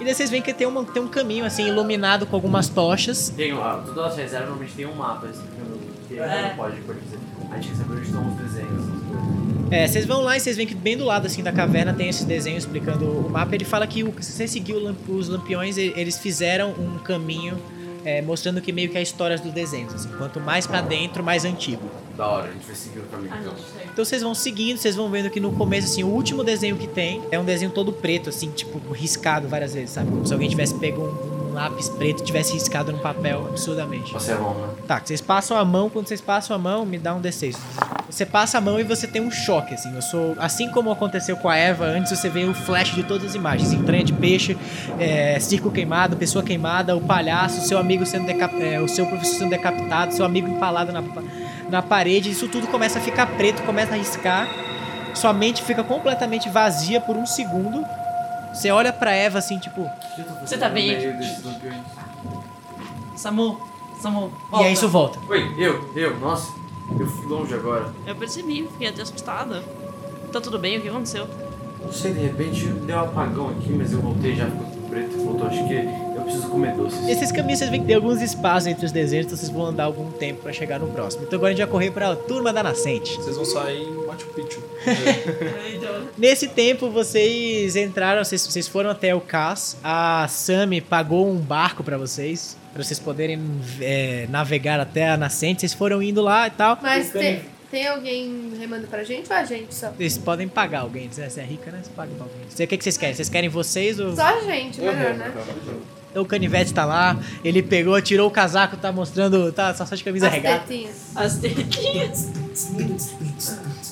Speaker 2: E daí vocês veem que tem, uma, tem um caminho assim iluminado com algumas tochas.
Speaker 4: Tem um, uma, toda a reserva normalmente tem um mapa explicando o que
Speaker 7: É.
Speaker 4: não pode acontecer. A gente quer saber onde estão os desenhos. essas coisas.
Speaker 2: É, vocês vão lá e vocês veem que bem do lado assim da caverna tem esse desenho explicando o mapa. Ele fala que o- se você seguir o lam- os lampiões, e- eles fizeram um caminho é, mostrando que meio que a história dos desenhos. assim. quanto mais pra dentro, mais antigo.
Speaker 4: Da hora, a gente vai seguir o caminho.
Speaker 7: Ah, não,
Speaker 4: então.
Speaker 7: sei.
Speaker 2: Então vocês vão seguindo, vocês vão vendo que no começo, assim, o último desenho que tem é um desenho todo preto, assim, tipo, riscado várias vezes, sabe? Como se alguém tivesse pego um, um lápis preto e tivesse riscado no papel absurdamente.
Speaker 4: Você é bom, né?
Speaker 2: Tá, vocês passam a mão, quando vocês passam a mão, me dá um D6. Você passa a mão e você tem um choque, assim. Eu sou. Assim como aconteceu com a Eva antes, você vê o flash de todas as imagens. Entranha de peixe, é, circo queimado, pessoa queimada, o palhaço, seu amigo sendo decap... é, o seu professor sendo decapitado, seu amigo empalado na, pa- na parede. Isso tudo começa a ficar preto, começa a riscar. Sua mente fica completamente vazia por um segundo. Você olha pra Eva assim, tipo.
Speaker 7: Você tá bem? Samu, Samu, volta.
Speaker 2: E aí isso volta.
Speaker 4: Oi, eu, eu, nossa, eu fui longe agora.
Speaker 7: Eu percebi, fiquei até assustada. Tá tudo bem, o que aconteceu?
Speaker 4: Não sei, de repente deu um apagão aqui, mas eu voltei já ficou tudo preto e voltou. Acho que eu preciso comer doces.
Speaker 2: Esses caminhos vocês veem que tem alguns espaços entre os desenhos, então vocês vão andar algum tempo pra chegar no próximo. Então agora a gente vai correr pra Turma da Nascente.
Speaker 5: Vocês vão sair em Machu Picchu.
Speaker 2: Nesse tempo vocês entraram, vocês, vocês foram até o CAS, a Sami pagou um barco pra vocês, pra vocês poderem é, navegar até a Nascente, vocês foram indo lá e tal.
Speaker 3: Mas
Speaker 2: O cani-
Speaker 3: tem, tem alguém remando pra gente ou a gente só?
Speaker 2: Vocês podem pagar alguém, você você é rica, né? Você paga pra alguém. Você- O que, que vocês querem? Vocês querem vocês ou...
Speaker 3: Só a gente, melhor, né?
Speaker 2: O canivete tá lá, ele pegou, tirou o casaco, tá mostrando, tá só de camisa
Speaker 3: As
Speaker 2: regata.
Speaker 3: tetinhas.
Speaker 7: As tetinhas.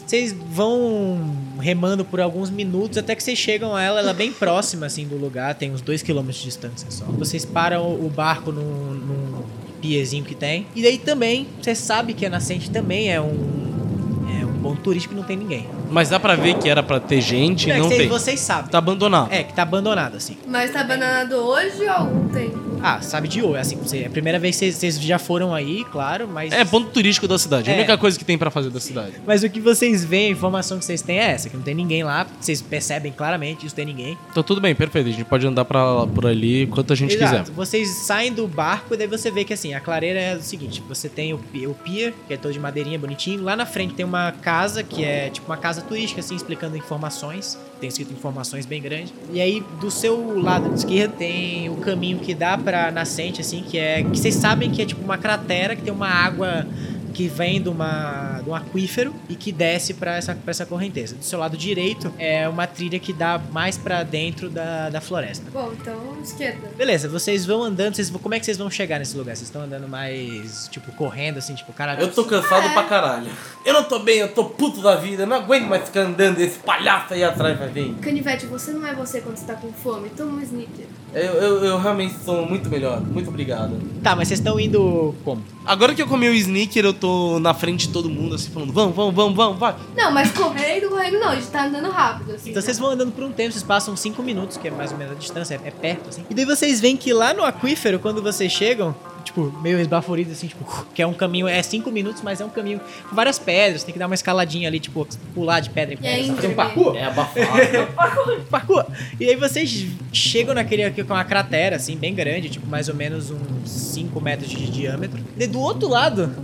Speaker 2: Vocês vão remando por alguns minutos até que vocês chegam a ela, ela é bem próxima assim do lugar, tem uns 2 km de distância só. Vocês param o barco num, num piezinho que tem. E daí também, você sabe que a nascente também é um é um ponto turístico e não tem ninguém.
Speaker 6: Mas dá pra ver que era pra ter gente e
Speaker 2: é
Speaker 6: não
Speaker 2: que vocês,
Speaker 6: tem.
Speaker 2: vocês sabem.
Speaker 6: Tá abandonado.
Speaker 2: É, que tá abandonado assim.
Speaker 3: Mas tá abandonado hoje ou há algum tempo?
Speaker 2: Ah, sabe de ouro, assim, você- é a primeira vez que vocês, vocês já foram aí, claro, mas
Speaker 6: É ponto turístico da cidade. É. A
Speaker 2: É.
Speaker 6: única coisa que tem pra fazer da cidade.
Speaker 2: mas o que vocês veem, a informação que vocês têm é essa, que não tem ninguém lá, vocês percebem claramente, isso tem ninguém.
Speaker 6: Então tudo bem, perfeito. A gente pode andar pra, por ali quanto a gente
Speaker 2: Exato.
Speaker 6: quiser.
Speaker 2: Vocês saem do barco e daí você vê que assim, a clareira é o seguinte: você tem o, pi- o pier, que é todo de madeirinha bonitinho. Lá na frente tem uma casa, que é tipo uma casa turística, assim, explicando informações. Tem escrito informações bem grande. E aí, do seu lado esquerdo, tem o caminho que dá pra nascente, assim, que é. Que vocês sabem que é tipo uma cratera, que tem uma água que vem de, uma, de um aquífero e que desce pra essa, pra essa correnteza. Do seu lado direito é uma trilha que dá mais pra dentro da, da floresta.
Speaker 3: Bom, então, esquerda.
Speaker 2: Beleza, vocês vão andando, vocês, vão- como é que vocês vão chegar nesse lugar? Vocês estão andando mais, tipo, correndo, assim, tipo, caralho.
Speaker 8: Eu tô cansado pra caralho. Eu não tô bem, eu tô puto da vida. Eu não aguento mais ficar andando. Esse palhaço aí atrás vai vir.
Speaker 3: Canivete, você não é você quando você tá com fome. Toma um sneaker.
Speaker 8: Eu, eu, eu realmente sou muito melhor. Muito obrigado.
Speaker 2: Tá, mas vocês estão indo como?
Speaker 6: Agora que eu comi o sneaker, eu tô na frente de todo mundo, assim, falando, vamos, vamos, vamos, vamos, vai.
Speaker 3: Não, mas correndo, correndo não. A gente tá andando rápido, assim.
Speaker 2: Então vocês vão andando por um tempo, vocês passam 5 minutos, que é mais ou menos a distância, é, é perto, assim. E daí vocês veem que lá no aquífero, quando vocês chegam, tipo, meio esbaforido, assim, tipo, que é um caminho, é 5 minutos, mas é um caminho com várias pedras, tem que dar uma escaladinha ali, tipo, pular de pedra em
Speaker 3: E é
Speaker 2: pedra, sabe? fazer um
Speaker 3: íngreme.
Speaker 2: parkour.
Speaker 8: É abafado.
Speaker 2: parkour. E aí vocês chegam naquele aqui com uma cratera, assim, bem grande, tipo, mais ou menos uns 5 metros de diâmetro. E do outro lado,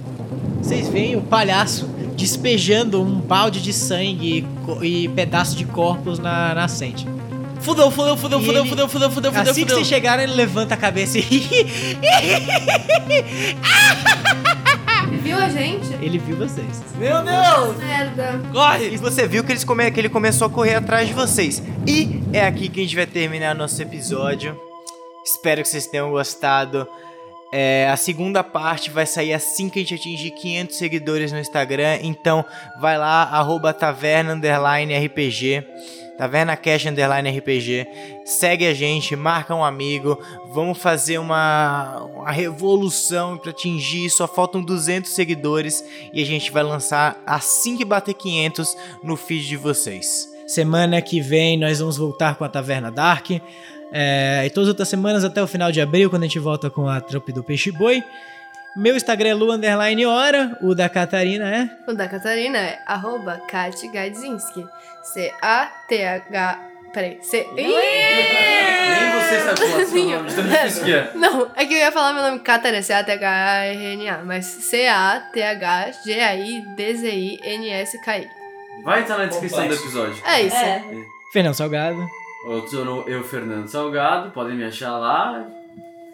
Speaker 2: vocês veem o palhaço despejando um balde de sangue e co- e, pedaço de corpos na nascente.
Speaker 6: Fudeu, fudeu, fudeu,
Speaker 2: E
Speaker 6: fudeu,
Speaker 2: ele-
Speaker 6: fudeu, fudeu, fudeu, fudeu,
Speaker 2: Assim que
Speaker 6: fudeu.
Speaker 2: vocês chegaram, ele levanta a cabeça e
Speaker 3: Viu a gente?
Speaker 2: ele viu vocês.
Speaker 8: Meu Deus!
Speaker 3: Merda.
Speaker 2: Corre!
Speaker 9: E você viu que, eles come- que ele começou a correr atrás de vocês. E é aqui que a gente vai terminar nosso episódio. Espero que vocês tenham gostado. É, a segunda parte vai sair assim que a gente atingir 500 seguidores no Instagram. Então vai lá, arroba taverna underline RPG. Taverna Cash Underline RPG. Segue a gente, marca um amigo. Vamos fazer uma, uma revolução para atingir. Só faltam 200 seguidores. E a gente vai lançar assim que bater 500 no feed de vocês.
Speaker 2: Semana que vem nós vamos voltar com a Taverna Dark. É, e todas as outras semanas até o final de abril, quando a gente volta com a trupe do Peixe Boi. Meu Instagram é Lu Underline Hora, o da Catarina é.
Speaker 3: O da Catarina é arroba Kati Gadzinski. C-A-T-H. Peraí, C.
Speaker 4: Nem você sabe falar seu
Speaker 3: Sozinho.
Speaker 4: nome, de tão difícil que é.
Speaker 3: Não, é que eu ia falar meu nome Catarina, C-A-T-H-R-N-A, mas C-A-T-H-G-A-I-D-Z-I-N-S-K-I.
Speaker 4: Vai estar na descrição do
Speaker 8: Complexo.
Speaker 4: episódio.
Speaker 3: É isso.
Speaker 7: É.
Speaker 2: Fernando Salgado.
Speaker 4: Eu sou eu, Fernando Salgado, podem me achar lá,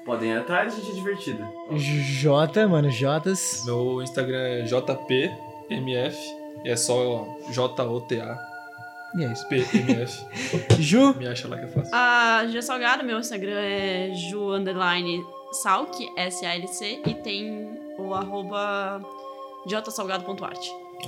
Speaker 4: podem ir atrás, gente é divertido.
Speaker 2: J, mano, Jotas.
Speaker 5: Meu Instagram é jpmf e é só J-O-T-A.
Speaker 2: E é isso.
Speaker 5: PMF.
Speaker 2: Ju.
Speaker 5: Me acha lá que é eu faço.
Speaker 7: A Ju Salgado, meu Instagram é Ju underline Salk, S-A-L-C, e tem o arroba jsalgado.art.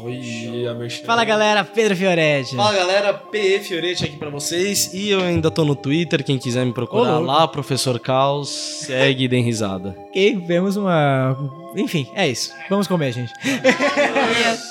Speaker 5: Oi, a merchan.
Speaker 2: Fala galera, Pedro Fioretti.
Speaker 6: Fala galera, PE Fioretti aqui pra vocês. E eu ainda tô no Twitter, quem quiser me procurar
Speaker 2: Ô, louco.
Speaker 6: lá, Professor Caos, segue e dê risada.
Speaker 2: Ok, vemos uma. Enfim, é isso. Vamos comer, gente.
Speaker 7: Yes.